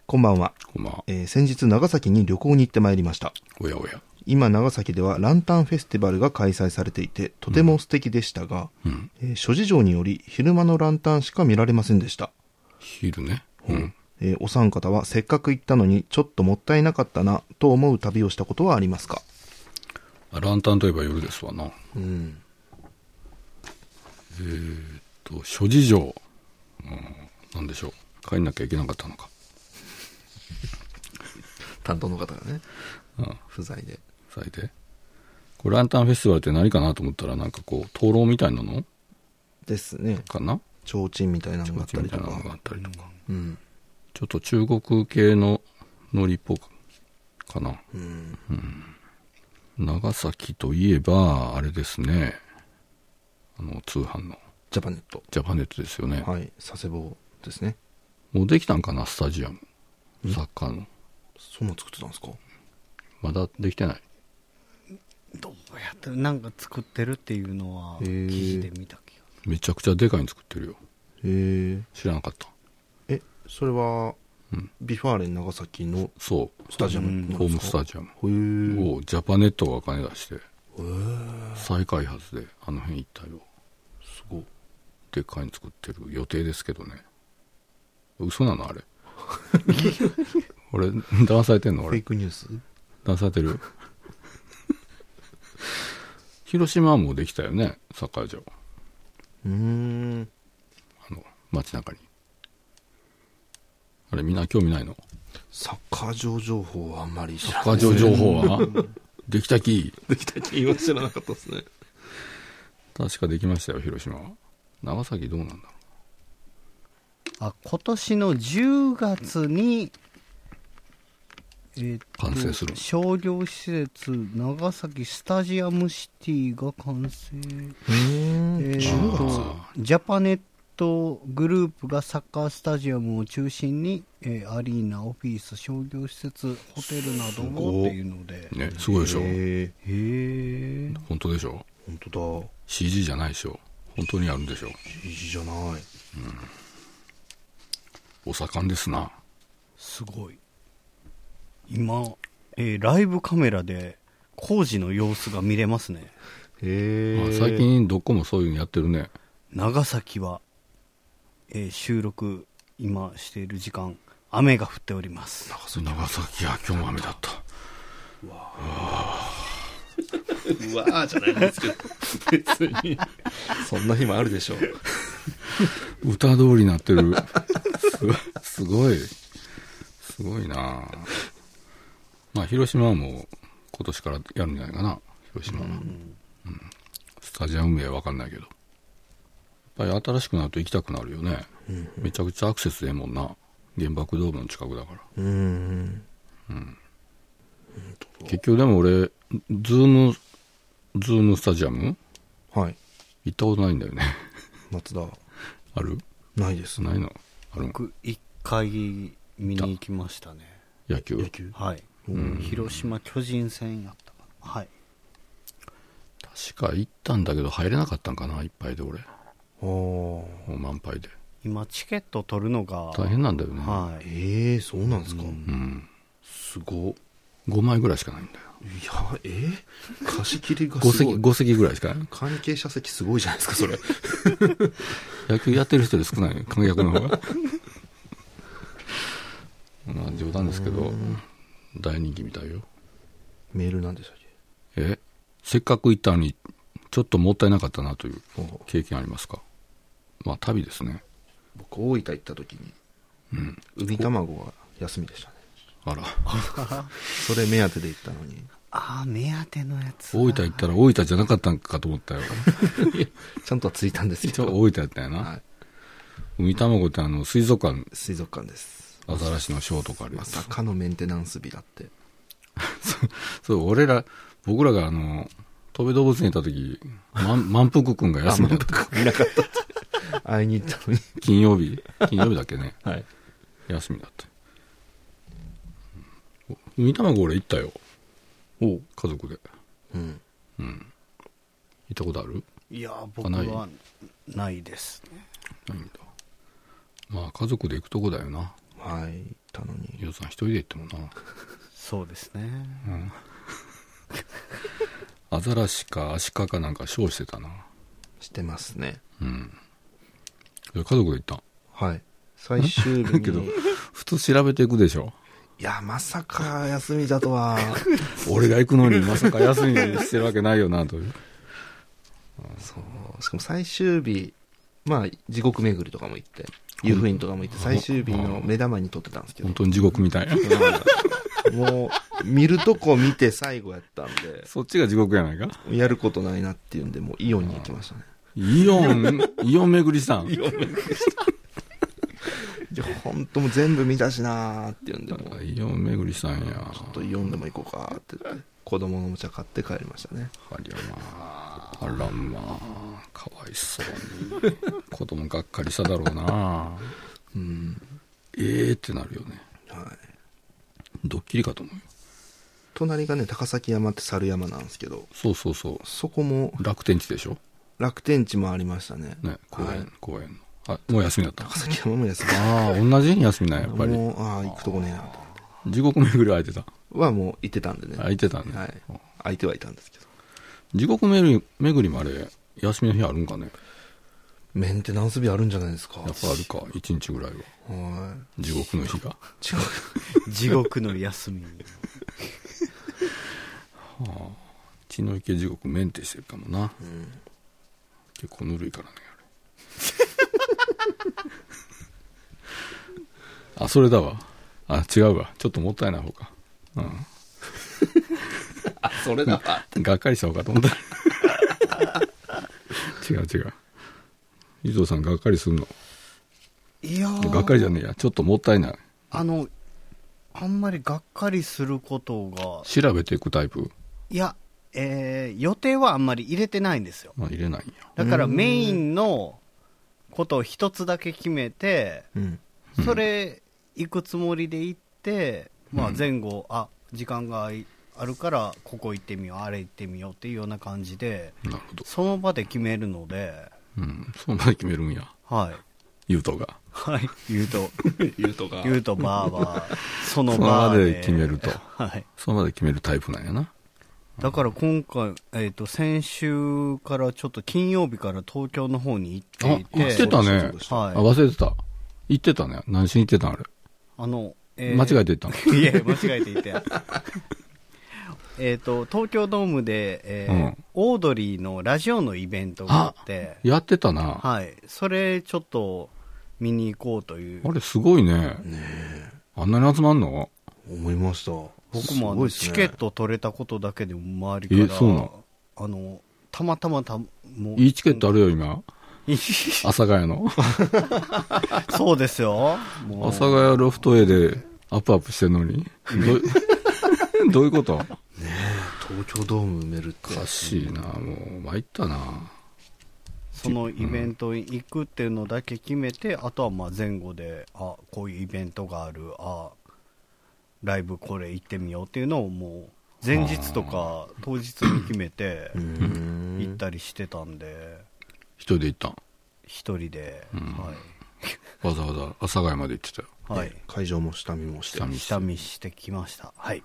[SPEAKER 2] こんばんは、
[SPEAKER 3] こんばんは
[SPEAKER 2] えー先日長崎に旅行に行ってまいりました
[SPEAKER 3] おやおや。
[SPEAKER 2] 今長崎ではランタンフェスティバルが開催されていてとても素敵でしたが、
[SPEAKER 3] うん。
[SPEAKER 2] えー諸事情により昼間のランタンしか見られませんでした、
[SPEAKER 3] 昼ね。うん。
[SPEAKER 2] えーお三方はせっかく行ったのにちょっともったいなかったなと思う旅をしたことはありますか
[SPEAKER 3] あランタンといえば夜ですわな。
[SPEAKER 2] うん
[SPEAKER 3] と諸事情、うん、なんでしょう帰んなきゃいけなかったのか
[SPEAKER 2] 担当の方がね
[SPEAKER 3] うん
[SPEAKER 2] 不在で
[SPEAKER 3] それでこれランタンフェスティバルって何かなと思ったらなんかこう灯籠みたいなの
[SPEAKER 2] ですね
[SPEAKER 3] かな
[SPEAKER 2] 提灯みたいなのがあったり
[SPEAKER 3] みた
[SPEAKER 2] と
[SPEAKER 3] いなのがあ
[SPEAKER 2] か
[SPEAKER 3] ったりとか、
[SPEAKER 2] うん
[SPEAKER 3] ちょっと中国系のノリっぽくかな、
[SPEAKER 2] うん
[SPEAKER 3] 長崎といえばあれですねあの通販の
[SPEAKER 2] ジャパネット
[SPEAKER 3] ジャパネットですよね、
[SPEAKER 2] はい佐世保ですね
[SPEAKER 3] もうできたんかなスタジアムサッカーの
[SPEAKER 2] そんなん作ってたんですか
[SPEAKER 3] まだできてない
[SPEAKER 4] どうやってなんか作ってるっていうのは
[SPEAKER 2] へ
[SPEAKER 4] 記
[SPEAKER 2] ー
[SPEAKER 4] 事で見た気が
[SPEAKER 3] めちゃくちゃでかいの作ってるよ
[SPEAKER 2] へえ
[SPEAKER 3] 知らなかった
[SPEAKER 2] えそれは、
[SPEAKER 3] うん
[SPEAKER 2] ビファーレン長崎の
[SPEAKER 3] そう
[SPEAKER 2] スタジアムなんですか
[SPEAKER 3] ホームスタジアム
[SPEAKER 2] へー
[SPEAKER 3] をジャパネットが金出して再開発であの辺一帯を
[SPEAKER 2] すごい
[SPEAKER 3] でっかいの作ってる予定ですけどね嘘なのあれ俺騙されてんの
[SPEAKER 2] フェ
[SPEAKER 3] 俺
[SPEAKER 2] イクニュース
[SPEAKER 3] 騙されてる広島はもうできたよねサッカー場
[SPEAKER 2] うーん
[SPEAKER 3] あの街中にあれみんな興味ないの
[SPEAKER 2] サッカー場情報はあんまり知
[SPEAKER 3] サ
[SPEAKER 2] ら
[SPEAKER 3] ッ
[SPEAKER 2] な
[SPEAKER 3] カ
[SPEAKER 2] い
[SPEAKER 3] ー場情報はできたき
[SPEAKER 2] できたって言わ知らなかったですね
[SPEAKER 3] 確かできましたよ広島は長崎どうなんだろう
[SPEAKER 4] あ今年の10月に、えーと
[SPEAKER 3] 完成する
[SPEAKER 4] 商業施設長崎スタジアムシティが完成、えーと
[SPEAKER 3] 10
[SPEAKER 4] ジャパネットグループがサッカースタジアムを中心に、えーアリーナオフィス商業施設ホテルなどをっていうので
[SPEAKER 3] ねすごいでしょ、
[SPEAKER 2] え
[SPEAKER 4] へえ
[SPEAKER 3] 本当でしょ
[SPEAKER 2] 本当だ
[SPEAKER 3] CG じゃないでしょ本当にあるんでしょ
[SPEAKER 2] いいじゃない
[SPEAKER 3] お盛んですな
[SPEAKER 4] すごい今、えーライブカメラで工事の様子が見れますね
[SPEAKER 2] へ
[SPEAKER 3] あ
[SPEAKER 2] え
[SPEAKER 3] 最近どこもそういうのやってるね
[SPEAKER 4] 長崎は、えー収録今している時間雨が降っております
[SPEAKER 3] 長崎長崎は今日も雨だった
[SPEAKER 2] うわーじゃないんですけど別に そんな日もあるでしょう
[SPEAKER 3] 歌通りになってる すすごいすごいなまあ広島はもう今年からやるんじゃないかな広島は、うんスタジアム名は分かんないけどやっぱり新しくなると行きたくなるよね、めちゃくちゃアクセスええもんな原爆ドームの近くだから
[SPEAKER 2] うーん
[SPEAKER 3] 結局でも俺ズームズームスタジアム
[SPEAKER 2] はい
[SPEAKER 3] 行ったことないんだよね
[SPEAKER 2] 松田
[SPEAKER 3] ある
[SPEAKER 2] ないです
[SPEAKER 3] ないのある
[SPEAKER 4] 僕1回見に行きましたね
[SPEAKER 3] 野球
[SPEAKER 2] 野球
[SPEAKER 4] はい広島巨人戦やったかなはい
[SPEAKER 3] 確か行ったんだけど入れなかったんかないっぱいで俺
[SPEAKER 2] あー
[SPEAKER 3] もう満杯で
[SPEAKER 4] 今チケット取るのが
[SPEAKER 3] 大変なんだよね、
[SPEAKER 4] はい
[SPEAKER 2] ええそうなんですか
[SPEAKER 3] うん、
[SPEAKER 2] すごっ
[SPEAKER 3] 5枚ぐらいしかないんだよ
[SPEAKER 2] いやえー貸し切りが
[SPEAKER 3] 5
[SPEAKER 2] す
[SPEAKER 3] 席
[SPEAKER 2] ごい
[SPEAKER 3] 5席ぐらいしかない
[SPEAKER 2] 関係者席すごいじゃないですかそれ
[SPEAKER 3] 野球やってる人より少ない観客の方 がまあ冗談ですけど大人気みたいよ
[SPEAKER 2] メールなんでしたっ
[SPEAKER 3] えせっかく行ったのにちょっともったいなかったなという
[SPEAKER 2] けお
[SPEAKER 3] 経験ありますかまあ旅ですね
[SPEAKER 2] 僕大分行った時に
[SPEAKER 3] うん
[SPEAKER 2] 海卵が休みでしたね
[SPEAKER 3] あら
[SPEAKER 2] それ目当てで行ったのに
[SPEAKER 4] ああ目当てのやつ
[SPEAKER 3] 大分行ったら大分じゃなかったんかと思ったよ
[SPEAKER 2] ちゃんとは着いたんですけ
[SPEAKER 3] 一応
[SPEAKER 2] ど
[SPEAKER 3] 大分やったんやな、
[SPEAKER 2] はい
[SPEAKER 3] 海卵ってあの水族館
[SPEAKER 2] 水族館です
[SPEAKER 3] アザラシのショーとかあるや
[SPEAKER 2] ま
[SPEAKER 3] つ
[SPEAKER 2] さかのメンテナンス日だって
[SPEAKER 3] そう俺ら僕らがあの飛べ動物園行った時まん満腹くんが休みだった
[SPEAKER 2] 見なかったって会いに行ったのに
[SPEAKER 3] 金曜日金曜日だっけね
[SPEAKER 2] はい
[SPEAKER 3] 休みだったうん海卵俺行ったよお家族で
[SPEAKER 2] うん
[SPEAKER 3] 行ったことある
[SPEAKER 4] いやー僕
[SPEAKER 3] ない
[SPEAKER 4] はないです
[SPEAKER 3] ないんだまあ家族で行くとこだよな
[SPEAKER 2] はいったのに
[SPEAKER 3] 予算一人で行ってもな
[SPEAKER 4] そうですね
[SPEAKER 3] アザラシかアシカかなんか賞してたな
[SPEAKER 2] してますね
[SPEAKER 3] それ家族で行った
[SPEAKER 2] はい最終日に
[SPEAKER 3] けどふと調べていくでしょ
[SPEAKER 2] いやまさか休みだと は
[SPEAKER 3] 俺が行くのにまさか休みにしてるわけないよなという
[SPEAKER 2] そうしかも最終日まあ地獄巡りとかも行って湯布院とかも行って最終日の目玉に撮ってたんですけど
[SPEAKER 3] 本当に地獄みたい
[SPEAKER 2] もう見るとこ見て最後やったんで
[SPEAKER 3] そっちが地獄やないか
[SPEAKER 2] やることないなっていうんでもうイオンに行きましたね
[SPEAKER 3] イオンイオン巡りしたん
[SPEAKER 2] いや本当もう全部見たしなーって言うんでもう
[SPEAKER 3] イオン巡りしたんや
[SPEAKER 2] ちょっとイオンでも行こうかーって言って子供のおもちゃ買って帰りましたね
[SPEAKER 3] ありゃまああらまあかわいそうに子供がっかりしただろうなうんええってなるよね
[SPEAKER 2] はい
[SPEAKER 3] ドッキリかと思うよ
[SPEAKER 2] 隣がね高崎山って猿山なんですけど
[SPEAKER 3] そうそうそ
[SPEAKER 2] そこも
[SPEAKER 3] う楽天地でしょ
[SPEAKER 2] 楽天地もありましたね
[SPEAKER 3] ね公園、
[SPEAKER 2] はい
[SPEAKER 3] 公園のあもう休みだった
[SPEAKER 2] 高崎山も休み
[SPEAKER 3] ああ同じ日に休みなんやっぱり
[SPEAKER 2] もうああ行くとこねえなと
[SPEAKER 3] 地獄巡りは空いてた
[SPEAKER 2] はもう行ってたんでね
[SPEAKER 3] 空いてたね、
[SPEAKER 2] はい相手はいたんですけど
[SPEAKER 3] 地獄巡り巡りもあれ休みの日あるんかね
[SPEAKER 2] メンテナンス日あるんじゃないですか
[SPEAKER 3] やっぱあるか1日ぐらいは
[SPEAKER 2] は
[SPEAKER 3] 地獄の日が
[SPEAKER 2] い違う
[SPEAKER 4] 地獄の 休み
[SPEAKER 3] 血の池地獄メンテしてるかもな、結構ぬるいからね あれあそれだわあ違うわちょっともったいない方かうんそれだわがっかりした方かと思った 違う違う伊藤さんがっかりするの
[SPEAKER 4] いやー
[SPEAKER 3] がっかりじゃねえやちょっともったいない
[SPEAKER 4] あのあんまりがっかりすることが
[SPEAKER 3] 調べていくタイプ、
[SPEAKER 4] いやえー、予定はあんまり入れてないんですよ
[SPEAKER 3] まあ、入れないんや
[SPEAKER 4] だからメインのことを一つだけ決めて
[SPEAKER 2] うん
[SPEAKER 4] それ行くつもりで行って、まあ、前後あ時間があるからここ行ってみようあれ行ってみようっていうような感じで
[SPEAKER 3] なるほど
[SPEAKER 4] その場で決めるので
[SPEAKER 3] うんそうまで決めるんや
[SPEAKER 4] はい
[SPEAKER 3] 優斗が
[SPEAKER 4] はい言 うと
[SPEAKER 2] 言うとか
[SPEAKER 4] 言うとバーバーその
[SPEAKER 3] その場
[SPEAKER 4] 場で
[SPEAKER 3] で決めると
[SPEAKER 4] はい
[SPEAKER 3] その場で決めるタイプなんやな
[SPEAKER 4] だから今回、えー、と先週からちょっと金曜日から東京の方に行っていて
[SPEAKER 3] あ行ってたね
[SPEAKER 4] は
[SPEAKER 3] あ
[SPEAKER 4] い、
[SPEAKER 3] 忘れてた言ってたね何しに行ってたんあれ、
[SPEAKER 4] あの、えー
[SPEAKER 3] 間違えて行ったの
[SPEAKER 4] いやいや間違えていて えっと東京ドームで、えー
[SPEAKER 3] うん
[SPEAKER 4] オードリーのラジオのイベントがあって
[SPEAKER 3] やってたな、
[SPEAKER 4] はいそれちょっと見に行こうという
[SPEAKER 3] あれすごいねあんなに集まんの
[SPEAKER 2] 思いました
[SPEAKER 4] 僕もあ
[SPEAKER 2] すごい
[SPEAKER 4] の
[SPEAKER 2] っすね
[SPEAKER 4] チケット取れたことだけでも周りから
[SPEAKER 3] えそうなん
[SPEAKER 4] あのたまたまたもう
[SPEAKER 3] いいチケットあるよ今阿佐ヶ谷の
[SPEAKER 4] そうですよ
[SPEAKER 3] 阿
[SPEAKER 4] もう
[SPEAKER 3] 佐ヶ谷ロフト A でアップアップしてんのに どうどういうこと
[SPEAKER 2] 東京ドーム埋めるって
[SPEAKER 3] おかしいなもう参ったな
[SPEAKER 4] そのイベントに行くっていうのだけ決めて、あとはまあ前後であこういうイベントがあるあライブこれ行ってみようっていうのをもう前日とか当日に決めて
[SPEAKER 2] うん
[SPEAKER 4] 行ったりしてたんで
[SPEAKER 3] 一人で行ったん
[SPEAKER 4] 一人で、はい
[SPEAKER 3] わざわざ阿佐ヶ谷まで行ってたよ
[SPEAKER 4] はい、
[SPEAKER 2] 会場も下見もして
[SPEAKER 3] 下見して
[SPEAKER 4] 下見してきましたはい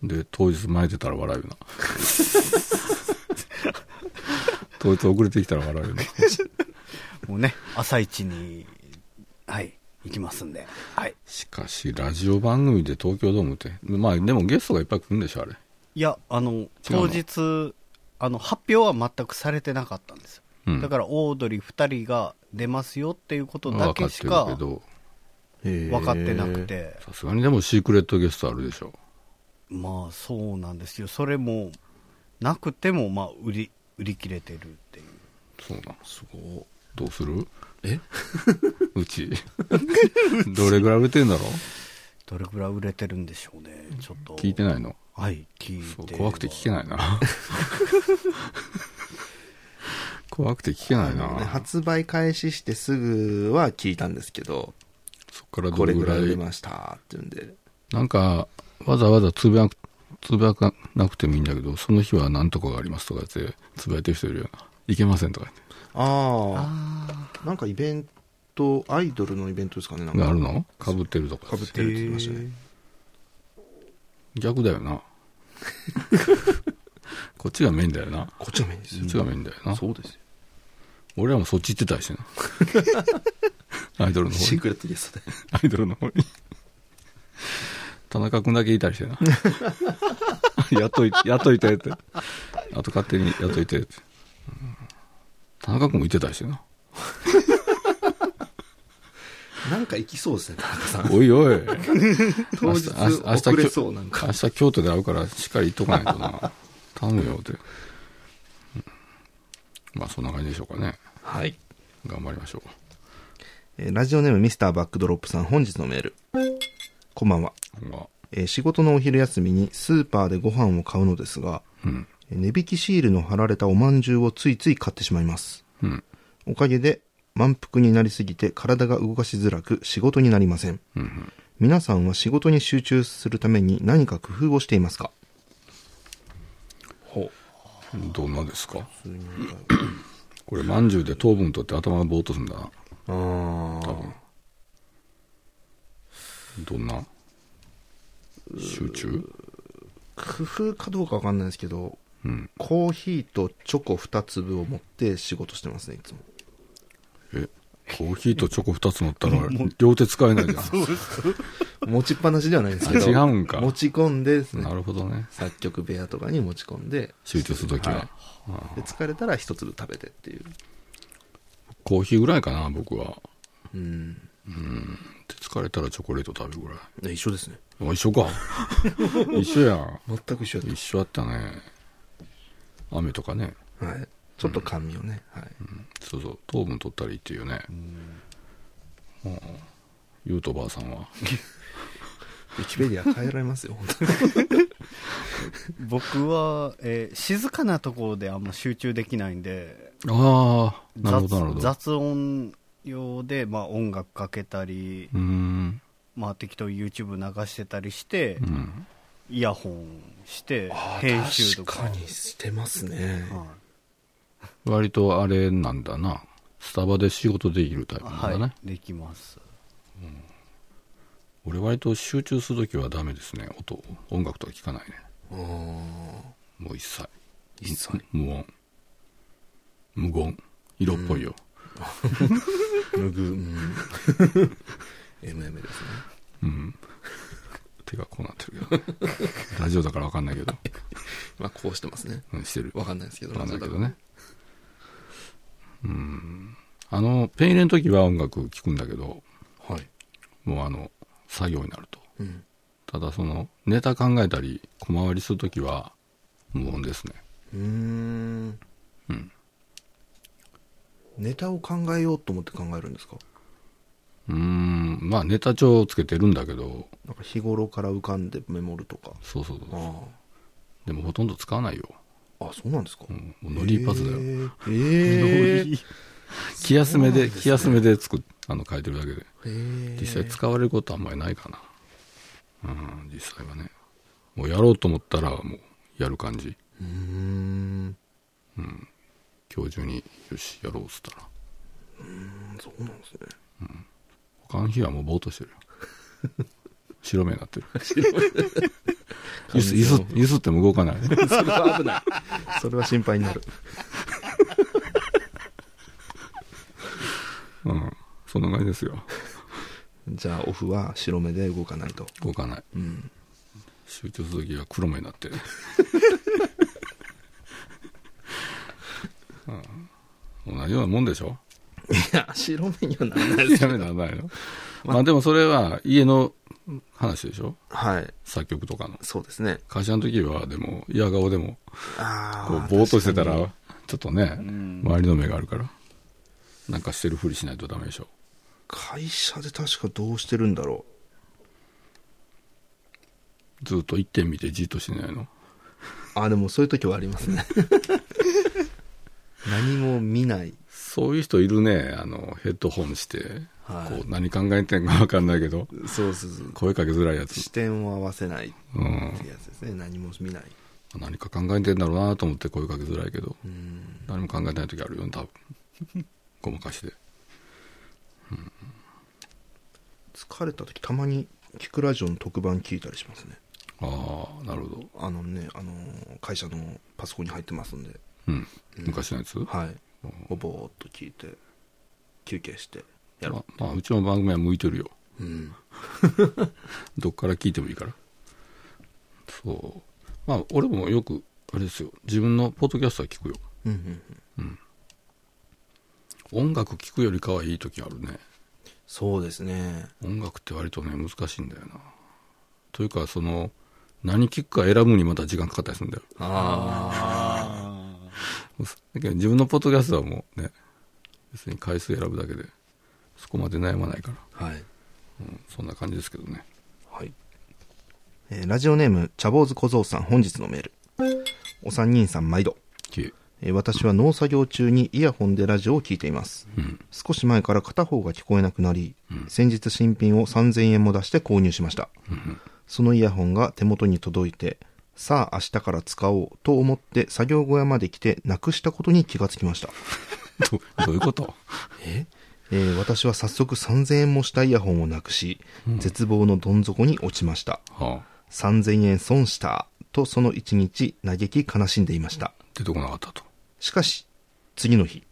[SPEAKER 3] で当日巻いてたら笑うよな 当日遅れてきたら笑うよな
[SPEAKER 4] もうね朝一にはい行きますんではい
[SPEAKER 3] しかしラジオ番組で東京ドームってまあでもゲストがいっぱい来るんでしょあれ
[SPEAKER 4] いやあの当日あの発表は全くされてなかったんですよ
[SPEAKER 3] うん
[SPEAKER 4] だからオードリー2人が出ますよっていうことだ
[SPEAKER 3] 分か
[SPEAKER 4] け
[SPEAKER 3] っ
[SPEAKER 4] して
[SPEAKER 3] る
[SPEAKER 4] か
[SPEAKER 3] けど
[SPEAKER 2] 分
[SPEAKER 4] 分かってなくて、
[SPEAKER 3] さすがにでもシークレットゲストあるでしょ
[SPEAKER 4] まあそうなんですよそれもなくてもまあ売り売り切れてるっていう
[SPEAKER 3] そうなん
[SPEAKER 2] すご
[SPEAKER 3] どうする
[SPEAKER 2] え
[SPEAKER 3] うちどれぐらい売れてんだろ
[SPEAKER 4] どれぐらい売れてるんでしょうねちょっと
[SPEAKER 3] う聞いてないの
[SPEAKER 4] はい聞
[SPEAKER 3] そう
[SPEAKER 4] いて
[SPEAKER 3] 怖くて聞け
[SPEAKER 4] ない
[SPEAKER 3] な いな怖くて聞けないな、
[SPEAKER 2] ね発売開始してすぐは聞いたんですけど
[SPEAKER 3] そこからど
[SPEAKER 2] こ
[SPEAKER 3] れ
[SPEAKER 2] れ
[SPEAKER 3] ぐ
[SPEAKER 2] ぐ
[SPEAKER 3] ら
[SPEAKER 2] らい
[SPEAKER 3] い
[SPEAKER 2] 売れましたっていうんで
[SPEAKER 3] なんか、わざわざつぶやく、つぶやかなくてもいいんだけど、その日は何とかがありますとか言って、つぶやいてる人いるよな。いけませんとか言って。
[SPEAKER 2] ああなんかイベント、アイドルのイベントですかね、なん
[SPEAKER 3] あ
[SPEAKER 2] か
[SPEAKER 3] る。のかぶってるとか
[SPEAKER 2] かぶってるって言いましたね。
[SPEAKER 3] 逆だ よなこっちがメインだよな
[SPEAKER 2] こっちがメインです
[SPEAKER 3] こっちがメインだよな、
[SPEAKER 2] よ。そうですよ。
[SPEAKER 3] 俺らもそっち行ってたりして なアイドルの方
[SPEAKER 2] シー
[SPEAKER 3] に
[SPEAKER 2] クレットゲストで。
[SPEAKER 3] アイドルの方に田中君だけいたりしてな 雇い 雇いてってあと勝手に雇いてって、うん田中君もいてたりしてな
[SPEAKER 2] なんか行きそうですね、田中さん。
[SPEAKER 3] おいおい
[SPEAKER 2] 当日
[SPEAKER 3] 明日明日
[SPEAKER 2] 遅れそう、なんか
[SPEAKER 3] 明。日京都で会うからしっかり行っとかないとな頼むよって、うんまあそんな感じでしょうかね
[SPEAKER 2] はい。
[SPEAKER 3] 頑張りましょう
[SPEAKER 2] えーラジオネームミスターバックドロップさん、本日のメール。こんばんは。
[SPEAKER 3] まあ
[SPEAKER 2] えー仕事のお昼休みにスーパーでご飯を買うのですが、
[SPEAKER 3] うん
[SPEAKER 2] えー値引きシールの貼られたおまんじゅうをついつい買ってしまいます。
[SPEAKER 3] うん
[SPEAKER 2] おかげで満腹になりすぎて体が動かしづらく仕事になりません。
[SPEAKER 3] うん
[SPEAKER 2] 皆さんは仕事に集中するために何か工夫をしていますかほ
[SPEAKER 3] うんどんなですか
[SPEAKER 2] う。
[SPEAKER 3] これまんじゅうで糖分取って頭がぼーっとするんだな
[SPEAKER 2] あー
[SPEAKER 3] どんな集中
[SPEAKER 2] 工夫かどうかわかんないですけど、
[SPEAKER 3] うん
[SPEAKER 2] コーヒーとチョコ2粒を持って仕事してますね、いつも。
[SPEAKER 3] えコーヒーとチョコ2つ乗ったら両手使えないじ ゃん
[SPEAKER 2] 持ちっぱなしではないんですけど。
[SPEAKER 3] 違うんか
[SPEAKER 2] 持ち込んでですね
[SPEAKER 3] な。るほどね
[SPEAKER 2] 作曲部屋とかに持ち込んで
[SPEAKER 3] 集中するときは、
[SPEAKER 2] はいで疲れたら一粒食べてっていう
[SPEAKER 3] コーヒーぐらいかな僕は
[SPEAKER 2] うん
[SPEAKER 3] で疲れたらチョコレート食べるぐらい
[SPEAKER 2] 一緒ですね
[SPEAKER 3] あ一緒 か一緒やん
[SPEAKER 2] 全く一緒
[SPEAKER 3] 一緒だったね雨とかね
[SPEAKER 2] はいちょっと甘味をね、はい
[SPEAKER 3] そうそう糖分取ったらいいっていうねうんゆうとばあさんは
[SPEAKER 2] ウィキペディア変えられますよ本当に
[SPEAKER 4] 僕は、えー静かなところであんま集中できないんで
[SPEAKER 3] ああなるほ
[SPEAKER 4] 雑
[SPEAKER 3] どなるほど
[SPEAKER 4] 雑音用で、まあ、音楽かけたり、
[SPEAKER 3] うーん
[SPEAKER 4] まあ、適当に YouTube 流してたりして、
[SPEAKER 3] うん
[SPEAKER 4] イヤホンして編集とか
[SPEAKER 2] 確かにしてますね
[SPEAKER 4] はい
[SPEAKER 3] 割とあれなんだなスタバで仕事できるタイプなんだね、
[SPEAKER 4] はい、できます
[SPEAKER 3] 俺割と集中するときはダメですね音音楽とか聞かないね
[SPEAKER 2] あー
[SPEAKER 3] もう一切
[SPEAKER 2] 一切
[SPEAKER 3] 無音無言色っぽいよ、
[SPEAKER 2] むぐうん MM ですね
[SPEAKER 3] うん。手がこうなってるけど。 ラジオだからわかんないけど。
[SPEAKER 2] まあこうしてますね
[SPEAKER 3] うんしてる。
[SPEAKER 2] わかんないですけど
[SPEAKER 3] わかんないけど
[SPEAKER 2] ラ
[SPEAKER 3] ね。うん。あの、ペン入れの時は音楽聴くんだけど、
[SPEAKER 2] ジオだからはい、
[SPEAKER 3] もうあの、作業になると。
[SPEAKER 2] うん、
[SPEAKER 3] ただその、ネタ考えたり、小回りする時は、無音ですね。
[SPEAKER 2] うーん
[SPEAKER 3] うん。
[SPEAKER 2] ネタを考えようと思って考えるんですか
[SPEAKER 3] うーん。まあ、ネタ帳をつけてるんだけど、
[SPEAKER 2] なんか日頃から浮かんでメモるとか
[SPEAKER 3] そうそうそう。
[SPEAKER 2] ああ
[SPEAKER 3] でもほとんど使わないよ。
[SPEAKER 2] あそうなんですか、
[SPEAKER 3] うん。もうノリ一発だよ。
[SPEAKER 2] よえ ー、えー
[SPEAKER 3] 気休めで、気休めで作っ、あの、書いてるだけで。
[SPEAKER 2] えー
[SPEAKER 3] 実際使われることあんまりないかなうん実際はねもうやろうと思ったらもうやる感じ
[SPEAKER 2] うーん
[SPEAKER 3] 今日中によしやろうっつったら
[SPEAKER 2] そうなんですね
[SPEAKER 3] 他の日はもうぼーっとしてるよ 白目になってるゆす
[SPEAKER 2] 完全
[SPEAKER 3] ゆすゆすっても動かない
[SPEAKER 2] それは危ないそれは心配になる
[SPEAKER 3] うんそんな感じですよ
[SPEAKER 2] じゃあオフは白目で動かないと
[SPEAKER 3] 動かない
[SPEAKER 2] うん
[SPEAKER 3] 集中する時は黒目になってる、うん、同じようなもんでしょ
[SPEAKER 2] いや白目にはならない
[SPEAKER 3] やめならないのまあでもそれは家の話でしょ
[SPEAKER 2] はい
[SPEAKER 3] 作曲とかの
[SPEAKER 2] そうですね
[SPEAKER 3] 会社の時はでも嫌顔でも
[SPEAKER 2] あ
[SPEAKER 3] こうぼーっとしてたら
[SPEAKER 2] 確か
[SPEAKER 3] ちょっとね周りの目があるからなんかしてるふりしないとダメでしょ
[SPEAKER 2] に会社で確かどうしてるんだろ
[SPEAKER 3] ずっと一点見てじっとしてないの
[SPEAKER 2] うあでもそういう時はありますね何も見ない
[SPEAKER 3] そういう人いるねあのヘッドホンして、
[SPEAKER 2] はい
[SPEAKER 3] こう何考えてんか分かんないけど
[SPEAKER 2] そうそうそう
[SPEAKER 3] 声かけづらいやつ
[SPEAKER 2] 視、点を合わせないっ
[SPEAKER 3] うん、
[SPEAKER 2] てやつですね何も見ない
[SPEAKER 3] 何か考えてんだろうなと思って声かけづらいけど
[SPEAKER 2] うん
[SPEAKER 3] 何も考えてない時あるよね多分ごまかしで
[SPEAKER 2] 疲れた時たまに聞くラジオの特番聞いたりしますね
[SPEAKER 3] ああなるほど、
[SPEAKER 2] あのね、あのー会社のパソコンに入ってますんで
[SPEAKER 3] うん、昔のやつ、
[SPEAKER 2] はいぼぼーっと聞いて休憩してやろ
[SPEAKER 3] ままあ、うちの番組は向いてるよ
[SPEAKER 2] う、うん、
[SPEAKER 3] どっから聞いてもいいからそうまあ俺もよくあれですよ自分のポッドキャストは聞くよ
[SPEAKER 2] うんうんうん
[SPEAKER 3] 音楽聞くよりかはいい時あるね
[SPEAKER 2] そうですね
[SPEAKER 3] 音楽って割とね難しいんだよなというかその何聞くか選ぶにまた時間かかったりするんだよだけど自分のポッドキャストはもうね別に回数選ぶだけでそこまで悩まないから、
[SPEAKER 2] はい、
[SPEAKER 3] うんそんな感じですけどね
[SPEAKER 2] はいえーラジオネーム茶坊主小僧さん本日のメールお三人さん毎度
[SPEAKER 3] きれい
[SPEAKER 2] えー私は農作業中にイヤホンでラジオを聞いています、
[SPEAKER 3] うん
[SPEAKER 2] 少し前から片方が聞こえなくなり、先日新品を3000円も出して購入しました、そのイヤホンが手元に届いてさあ明日から使おうと思って作業小屋まで来てなくしたことに気がつきました
[SPEAKER 3] どどういうこと
[SPEAKER 2] えー私は早速3000円もしたイヤホンをなくし、絶望のどん底に落ちました
[SPEAKER 3] はあ
[SPEAKER 2] 3000円損したとその一日嘆き悲しんでいました
[SPEAKER 3] 出てこなかったと
[SPEAKER 2] しかし、次の日、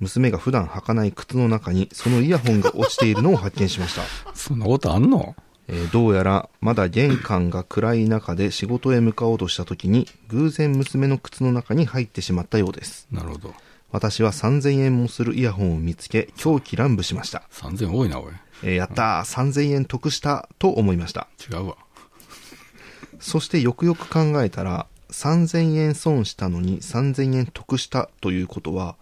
[SPEAKER 2] 娘が普段履かない靴の中にそのイヤホンが落ちているのを発見しました。
[SPEAKER 3] そんなことあんの
[SPEAKER 2] えーどうやらまだ玄関が暗い中で仕事へ向かおうとした時に偶然娘の靴の中に入ってしまったようです。
[SPEAKER 3] なるほど
[SPEAKER 2] 私は3000円もするイヤホンを見つけ狂気乱舞しました。
[SPEAKER 3] 3000多いなおい
[SPEAKER 2] えーやったー !3000 円得したと思いました。
[SPEAKER 3] 違うわ
[SPEAKER 2] そしてよくよく考えたら、3000円損したのに3000円得したということは、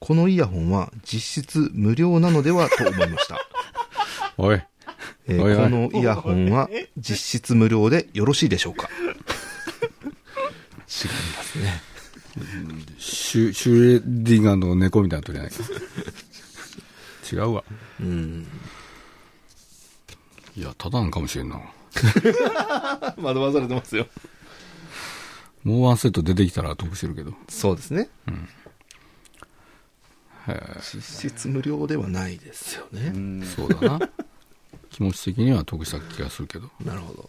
[SPEAKER 2] このイヤホンは実質無料なのではと思いま した。
[SPEAKER 3] おい
[SPEAKER 2] えー
[SPEAKER 3] おいおい
[SPEAKER 2] このイヤホンは実質無料でよろしいでしょうか
[SPEAKER 3] シュシュレディガーの猫みたいな鳥 やないか違うわいやただなんかもしれんな
[SPEAKER 2] 惑わされて ますよ。
[SPEAKER 3] もうワンセット出てきたら得してるけど
[SPEAKER 2] そうですね。実質無料ではないですよね。
[SPEAKER 3] そうだな気持ち的には得した気がするけど
[SPEAKER 2] なるほど。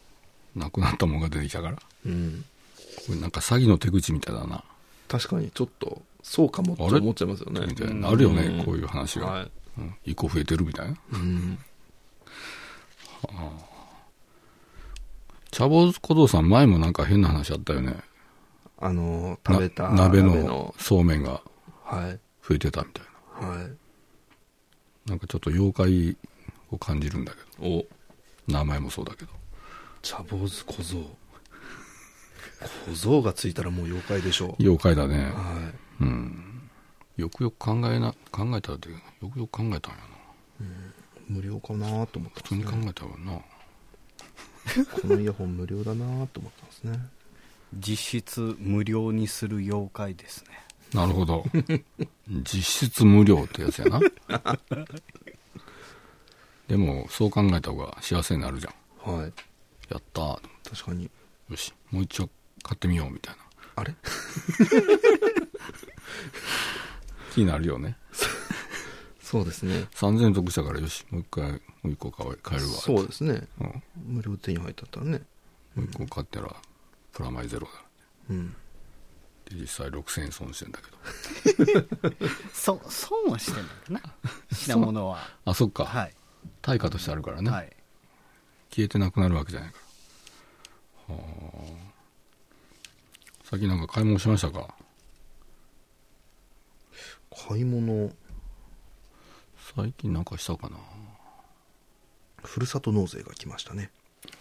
[SPEAKER 3] なくなったもんが出てきたからこ
[SPEAKER 2] うん。
[SPEAKER 3] れなんか詐欺の手口みたいだな
[SPEAKER 2] 確かにちょっと、そうかもって
[SPEAKER 3] あれ
[SPEAKER 2] 思っちゃいますよね。
[SPEAKER 3] みたいなあるよね、
[SPEAKER 2] うん
[SPEAKER 3] こういう話が、
[SPEAKER 2] はい
[SPEAKER 3] うん、一個増えてるみたいな、はあ茶坊主小僧さん前もなんか変な話あったよね
[SPEAKER 2] あのー、
[SPEAKER 3] な
[SPEAKER 2] 食べた
[SPEAKER 3] 鍋のそうめんが
[SPEAKER 2] はい。
[SPEAKER 3] 増えてたみたいな
[SPEAKER 2] はい。
[SPEAKER 3] なんかちょっと妖怪を感じるんだけ
[SPEAKER 2] お
[SPEAKER 3] ど名前もそうだけど
[SPEAKER 2] 茶坊主小僧小僧がついたらもう妖怪でしょう
[SPEAKER 3] 妖怪だね
[SPEAKER 2] は
[SPEAKER 3] よくよく考えな考えたらっていうかよくよく考えたんやない
[SPEAKER 2] 無料かなと思っ
[SPEAKER 3] 普
[SPEAKER 2] た
[SPEAKER 3] 通
[SPEAKER 2] ん
[SPEAKER 3] に
[SPEAKER 2] で
[SPEAKER 3] 考
[SPEAKER 2] すね
[SPEAKER 3] えたらな、
[SPEAKER 2] このイヤホン無料だなと思ったんですね
[SPEAKER 4] 実質無料にする妖怪ですね
[SPEAKER 3] なる ほど実質無料ってやつやなでもそう考えた方が幸せになるじゃん
[SPEAKER 2] はい
[SPEAKER 3] やったー
[SPEAKER 2] 確かに
[SPEAKER 3] よしもう一丁買ってみようみたいな
[SPEAKER 2] あれ
[SPEAKER 3] 気になるよね
[SPEAKER 2] そうですね
[SPEAKER 3] 3000円得したからよしもう一回もう一個買え買えるわ
[SPEAKER 2] そうですね
[SPEAKER 3] うん、
[SPEAKER 2] 無料手に入ったったらね
[SPEAKER 3] もう一個買ったらプラマイゼロだ
[SPEAKER 2] うん
[SPEAKER 3] で実際6000円損してんだけど
[SPEAKER 4] そ損はしてないかな 品物は
[SPEAKER 3] あそっか、
[SPEAKER 4] はい、
[SPEAKER 3] 対価としてあるからね、
[SPEAKER 4] はい、
[SPEAKER 3] 消えてなくなるわけじゃないからはあ最近なんか買い物しましたか
[SPEAKER 2] 買い物
[SPEAKER 3] 最近なんかしたかな
[SPEAKER 2] ふるさと納税が来ましたね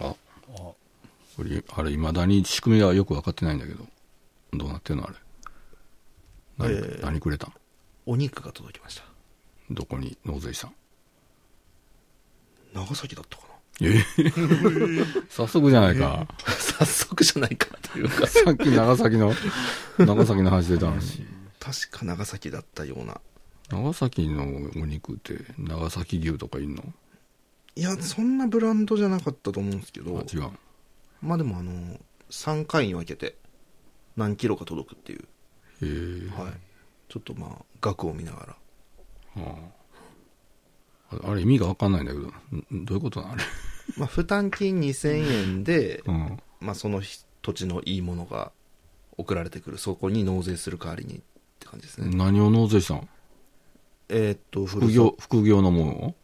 [SPEAKER 3] あ俺あれいまだに仕組みがよく分かってないんだけどどうなってんのあれ何,、
[SPEAKER 2] えー
[SPEAKER 3] 何くれたん
[SPEAKER 2] お肉が届きました
[SPEAKER 3] どこに納税したん
[SPEAKER 2] 長崎だったか
[SPEAKER 3] え早速じゃないか、
[SPEAKER 2] な早速じゃないかというか
[SPEAKER 3] さっき長崎の長崎の話出たのに
[SPEAKER 2] 確か長崎だったような
[SPEAKER 3] 長崎のお肉って長崎牛とかいんの
[SPEAKER 2] いやそんなブランドじゃなかったと思うんですけど
[SPEAKER 3] あ違う
[SPEAKER 2] まあでもあの3回に分けて何キロか届くっていう、
[SPEAKER 3] へえ
[SPEAKER 2] はい、ちょっとまあ額を見ながら
[SPEAKER 3] はああれ意味が分かんないんだけどんどういうことなのあれ、
[SPEAKER 2] まあ、負担金2000円で、
[SPEAKER 3] うん、
[SPEAKER 2] まあ、その日土地のいいものが送られてくるそこに納税する代わりにって感じですね、
[SPEAKER 3] 何を納税したの
[SPEAKER 2] えーっとふる
[SPEAKER 3] 副
[SPEAKER 2] さ
[SPEAKER 3] 業副業のものを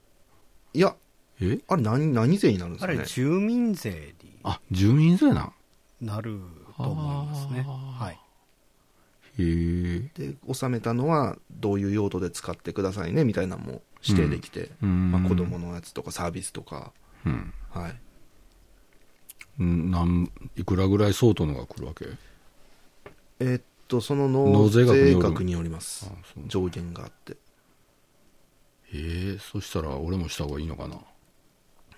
[SPEAKER 2] いや
[SPEAKER 3] え
[SPEAKER 2] あれ何何税になるんです
[SPEAKER 4] あ
[SPEAKER 2] か
[SPEAKER 4] れ
[SPEAKER 2] ね
[SPEAKER 4] 住民税に
[SPEAKER 3] あ住民税なん
[SPEAKER 4] なると思いますねはい
[SPEAKER 3] へえ
[SPEAKER 2] で納めたのはどういう用途で使ってくださいねみたいなのも指定できて、
[SPEAKER 3] うん
[SPEAKER 2] まあ、子供のやつとかサービスとか、
[SPEAKER 3] うん
[SPEAKER 2] はい、
[SPEAKER 3] んなんいくらぐらい相当のが来るわけ
[SPEAKER 2] えーっとその
[SPEAKER 3] 納
[SPEAKER 2] 納
[SPEAKER 3] 税額に
[SPEAKER 2] 税
[SPEAKER 3] よる
[SPEAKER 2] 額によります
[SPEAKER 3] あそう
[SPEAKER 2] 上限があって
[SPEAKER 3] ええそしたら俺もした方がいいのかな、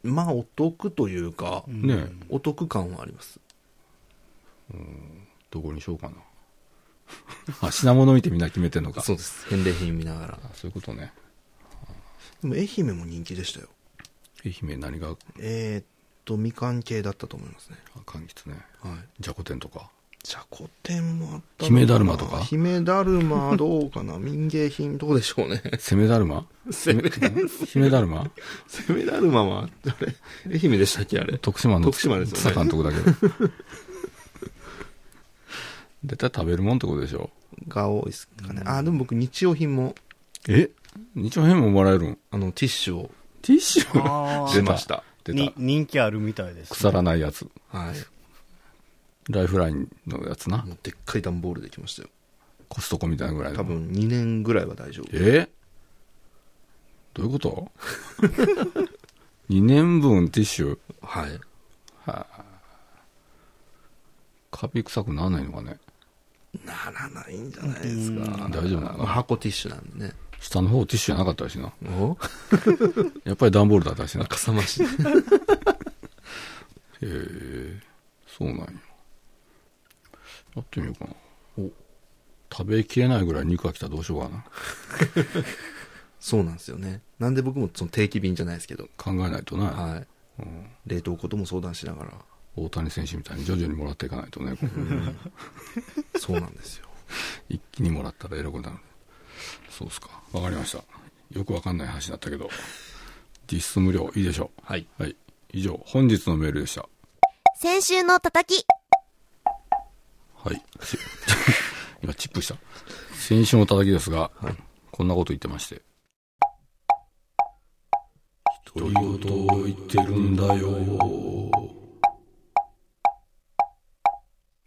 [SPEAKER 2] まあお得というか、
[SPEAKER 3] ねえ
[SPEAKER 2] お得感はあります
[SPEAKER 3] どこにしようかな あ品物見てみんな決めてんのか
[SPEAKER 2] そうです返礼品見ながら
[SPEAKER 3] あそういうことね
[SPEAKER 2] でも愛媛も人気でしたよ
[SPEAKER 3] 愛媛何が
[SPEAKER 2] えーっとみかん系だったと思いますね
[SPEAKER 3] あ柑橘ね
[SPEAKER 2] はい
[SPEAKER 3] じゃこ天とか
[SPEAKER 2] じゃこ天もあったのかな
[SPEAKER 3] 姫だるまとか
[SPEAKER 2] 姫だるまどうか な民芸品どうでし ょうね
[SPEAKER 3] 攻めだるま攻め姫だるま
[SPEAKER 2] 攻めだるまはあれ愛媛でしたっけあれ
[SPEAKER 3] 徳島の
[SPEAKER 2] 徳島ですよね
[SPEAKER 3] 草監督だけど絶対食べるもんってことでしょ
[SPEAKER 2] が多いですかねあでも僕日用品も
[SPEAKER 3] え日曜編ももらえるん
[SPEAKER 2] あのティッシュを
[SPEAKER 3] ティッシ ュ
[SPEAKER 4] あ
[SPEAKER 2] 出
[SPEAKER 4] ー
[SPEAKER 2] ました
[SPEAKER 3] 出
[SPEAKER 4] に
[SPEAKER 3] た
[SPEAKER 4] 人気あるみたいです、
[SPEAKER 3] 腐らないやつ
[SPEAKER 2] はい
[SPEAKER 3] ライフラインのやつな
[SPEAKER 2] もうでっかい段ボールできましたよ
[SPEAKER 3] コストコみたいなぐらいの
[SPEAKER 2] 多分2年ぐらいは大丈夫
[SPEAKER 3] えどういうこと2年分ティッシュ
[SPEAKER 2] はい
[SPEAKER 3] カビ臭くならないのかね
[SPEAKER 2] ならないんじゃないですか
[SPEAKER 3] ん大丈夫なの
[SPEAKER 2] まあ箱ティッシュなんでね
[SPEAKER 3] 下の方ティッシュじゃなかったしな
[SPEAKER 2] お
[SPEAKER 3] やっぱり段ボールだったしな
[SPEAKER 2] かさまし
[SPEAKER 3] へえそうなんややってみようかな食べきれないぐらい肉が来たらどうしようかな
[SPEAKER 2] そうなんですよねなんで僕もその定期便じゃないですけど
[SPEAKER 3] 考えないとな、
[SPEAKER 2] はい冷凍庫とも相談しながら
[SPEAKER 3] 大谷選手みたいに徐々にもらっていかない とねこう
[SPEAKER 2] そうなんですよ
[SPEAKER 3] 一気にもらったらエロくなるそうっすかわかりましたよくわかんない話だったけど実質無料いいでしょう
[SPEAKER 2] はい
[SPEAKER 3] はい以上本日のメールでした
[SPEAKER 5] 先週の叩き、
[SPEAKER 3] はい。し 今、チップした。先週の叩きですが、こんなこと言ってまして。独り言を言ってるんだよ。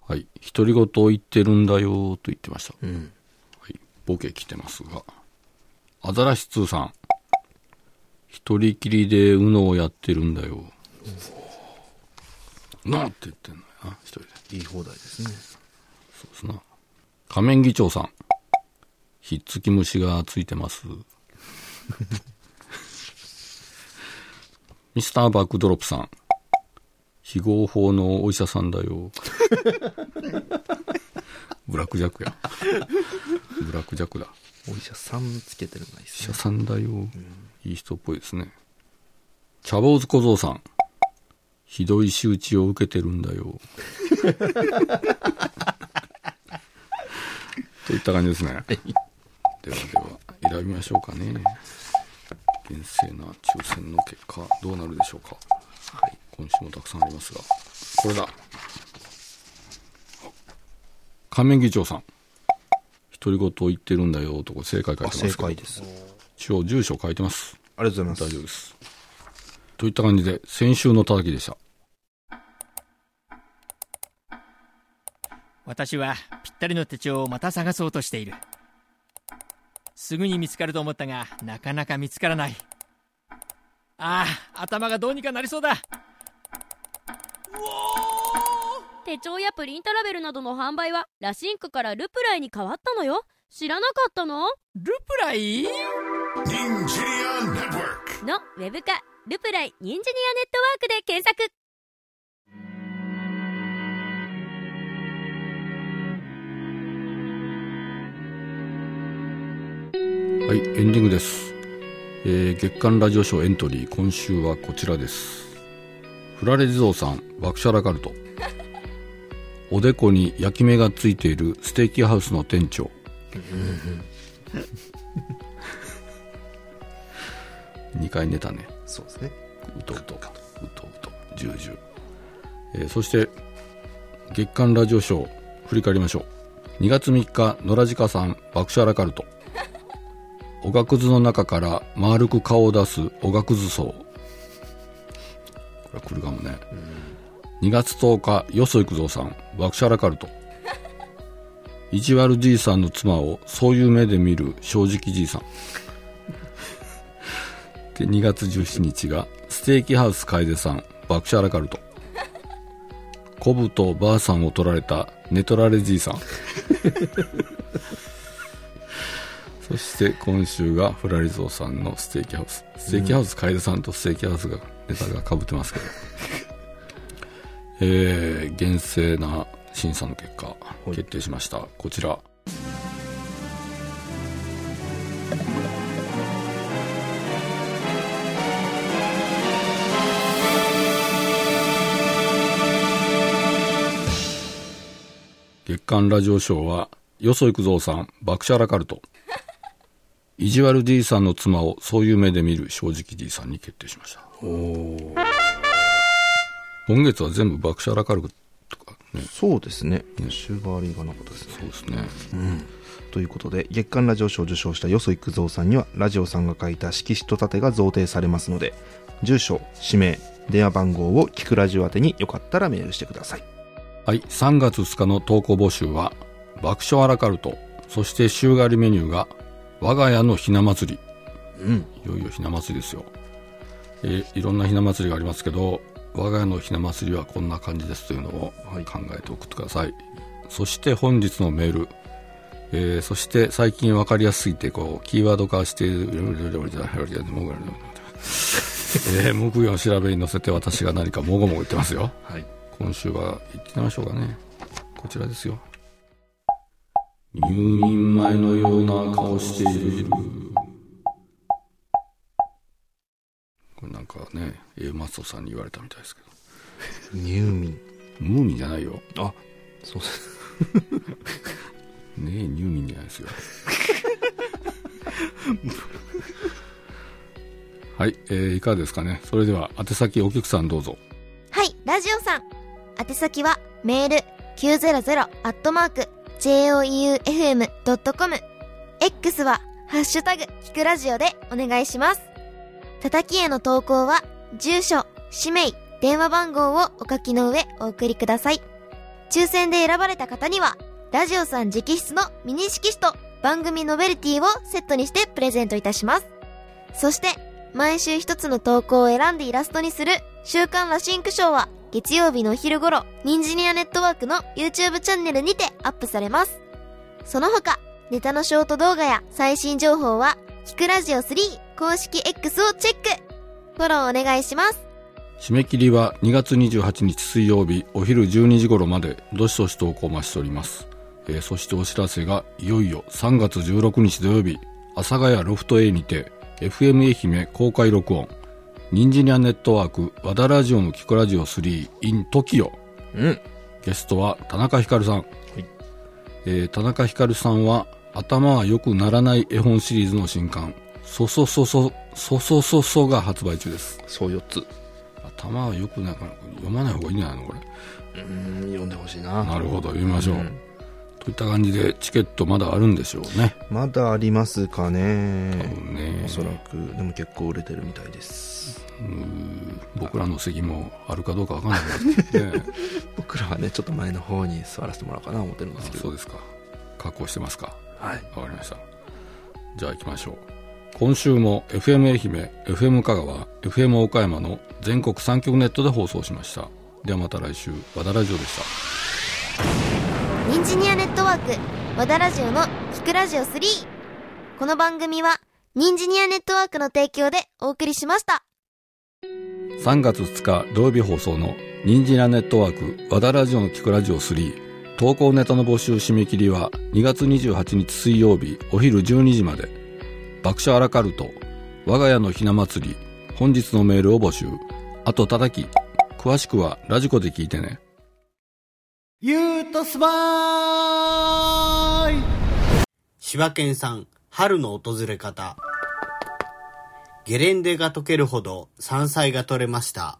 [SPEAKER 3] はい。独り言を言ってるんだよと言ってました。
[SPEAKER 2] うん
[SPEAKER 3] はい。ボケ来てますが。アザラシ2さん。一人きりで UNO をやってるんだよ。なあって言ってんのよな、一人で。
[SPEAKER 2] 言い放題ですね
[SPEAKER 3] そうですな。仮面議長さん。ひっつき虫がついてます。 ミスターバックドロップさん。非合法のお医者さんだよ。ブラックジャックや。ブラックジャックだ。
[SPEAKER 2] お医者さんつけてるのがいいで
[SPEAKER 3] お医
[SPEAKER 2] す
[SPEAKER 3] 者
[SPEAKER 2] ね
[SPEAKER 3] さんだよ。いい人っぽいですね。茶坊主小僧さん。ひどい仕打ちを受けてるんだ よ。といった感じですね。ではでは、選びましょうかね。厳正な抽選の結果、どうなるでしょうか。今週もたくさんありますが。これだ。仮面議長さん。独り言を言ってるんだよとこれ正解書いて
[SPEAKER 2] あ
[SPEAKER 3] ますけ
[SPEAKER 2] 正
[SPEAKER 3] ど。
[SPEAKER 2] 解です
[SPEAKER 3] 一応住所書いてます
[SPEAKER 2] ありがとうございま
[SPEAKER 3] 大
[SPEAKER 2] す
[SPEAKER 3] 丈夫ですといった感じで先週の叩きでした
[SPEAKER 6] 私はぴったりの手帳をまた探そうとしているすぐに見つかると思ったがなかなか見つからないああ頭がどうにかなりそうだ
[SPEAKER 7] 手帳やプリントラベルなどの販売はラシンクからルプライに変わったのよ知らなかったの
[SPEAKER 6] ルプライ
[SPEAKER 8] Ninja Network.
[SPEAKER 7] のウェブ化ルプライニンジニアネットワークで検索
[SPEAKER 3] はいエンディングです、えー月刊ラジオショーエントリー今週はこちらですフラレ地蔵さん爆笑ラカルトおでこに焼き目がついているステーキハウスの店 長2回寝たね
[SPEAKER 2] そうですね。
[SPEAKER 3] うとうとうとうとじゅうじゅう、えーそして月間ラジオショー振り返りましょう2月3日野良鹿さん爆笑アラカルト おがくずの中から丸く顔を出すおがくず層これは来るかもね、2月10日よそいくぞうさん爆笑アラカルト意地悪じいさんの妻をそういう目で見る正直じいさんで2月17日がステーキハウス楓さん爆笑アラカルトコブとばあさんを取られた寝取られじいさんそして今週がフラリゾーさんのステーキハウスステーキハウス楓さんとステーキハウスがネタがかぶってますけどえー、厳正な審査の結果
[SPEAKER 2] い
[SPEAKER 3] 決定しましたこちら月刊ラジオショーはよそいくぞうさん爆笑アラカルト意地悪 D さんの妻をそういう目で見る正直 D さんに決定しました今月は全部爆笑アラカルトかね
[SPEAKER 2] そうですね。週替わりがなかったですね。
[SPEAKER 3] そうですね
[SPEAKER 2] ということで月刊ラジオ賞を受賞したよそいくぞうさんにはラジオさんが書いた色紙と盾が贈呈されますので住所氏名電話番号を聞くラジオ宛てによかったらメールしてください
[SPEAKER 3] はい3月2日の投稿募集は爆笑アラカルトそして週替わりメニューが我が家のひな祭り
[SPEAKER 2] うん
[SPEAKER 3] いよいよひな祭りですよ、えーいろんなひな祭りがありますけど我が家のひな祭りはこんな感じですというのを
[SPEAKER 2] はい
[SPEAKER 3] 考えて送ってください、そして本日のメール、えーそして最近分かりやすすぎてこうキーワード化しているえー木魚を調べに乗せて私が何かもごもご言ってますよ
[SPEAKER 2] はい
[SPEAKER 3] 今週は行ってみましょうかねこちらですよ入眠前のような顔しているこれなんかね A マストさんに言われたみたいですけど
[SPEAKER 2] 入眠
[SPEAKER 3] ムーミンじゃないよ
[SPEAKER 2] あそうです
[SPEAKER 3] ねえ入眠じゃないですよ はい、えーいかがですかねそれでは宛先お客さんどうぞ
[SPEAKER 5] はい、ラジオさん。宛先は、メール、900-joeufm.com。X は、ハッシュタグ、聞くラジオでお願いします。叩きへの投稿は、住所、氏名、電話番号をお書きの上お送りください。抽選で選ばれた方には、ラジオさん直筆のミニ色紙と番組ノベルティをセットにしてプレゼントいたします。そして、毎週一つの投稿を選んでイラストにする週刊ラシンク賞は月曜日のお昼頃、ニンジニアネットワークの YouTube チャンネルにてアップされます。その他、ネタのショート動画や最新情報は、キクラジオ3公式 X をチェックフォローお願いします。
[SPEAKER 3] 締め切りは2月28日水曜日お昼12時頃までどしどし投稿をお待ちしております、えーそしてお知らせがいよいよ3月16日土曜日阿佐ヶ谷ロフト A にて FM 愛媛公開録音「ニンジニアネットワーク和田ラジオのキクラジオ 3inTOKIO」
[SPEAKER 2] うん
[SPEAKER 3] ゲストは田中ひかるさん、えー田中ひかるさんは頭は良くならない絵本シリーズの新刊「そそそそそそそそ」が発売中です
[SPEAKER 2] そう4つ
[SPEAKER 3] 頭は良くなか読まない方がいいんじゃないのこれ
[SPEAKER 2] うん読んでほしいな
[SPEAKER 3] なるほど読みましょう、
[SPEAKER 2] うん
[SPEAKER 3] といった感じでチケットまだあるんでしょうね
[SPEAKER 2] まだありますかね
[SPEAKER 3] 分ね
[SPEAKER 2] おそらくでも結構売れてるみたいです
[SPEAKER 3] 僕らの席もあるかどうかわかんない ですけどね
[SPEAKER 2] 僕らはねちょっと前の方に座らせてもらおうかな思ってるんで
[SPEAKER 3] あ
[SPEAKER 2] すけ
[SPEAKER 3] そ
[SPEAKER 2] ど
[SPEAKER 3] うですか確保してますか
[SPEAKER 2] はい
[SPEAKER 3] わかりましたじゃあ行きましょう今週も FM 愛媛 FM 香川 FM 岡山の全国3局ネットで放送しましたではまた来週和田ラジオでした
[SPEAKER 5] ニンジニアネットワーク和田ラジオのキクラジオ3この番組はニンジニアネットワークの提供でお送りしました
[SPEAKER 3] 3月2日土曜日放送の「ニンジニアネットワーク和田ラジオの聞くラジオ3」投稿ネタの募集締め切りは2月28日水曜日お昼12時まで爆笑アラカルト我が家のひな祭り本日のメールを募集あと叩き詳しくはラジコで聞いてね
[SPEAKER 9] ゆうとすばーい千葉県産春の訪れ方
[SPEAKER 4] ゲレンデが溶けるほど山菜が取れました。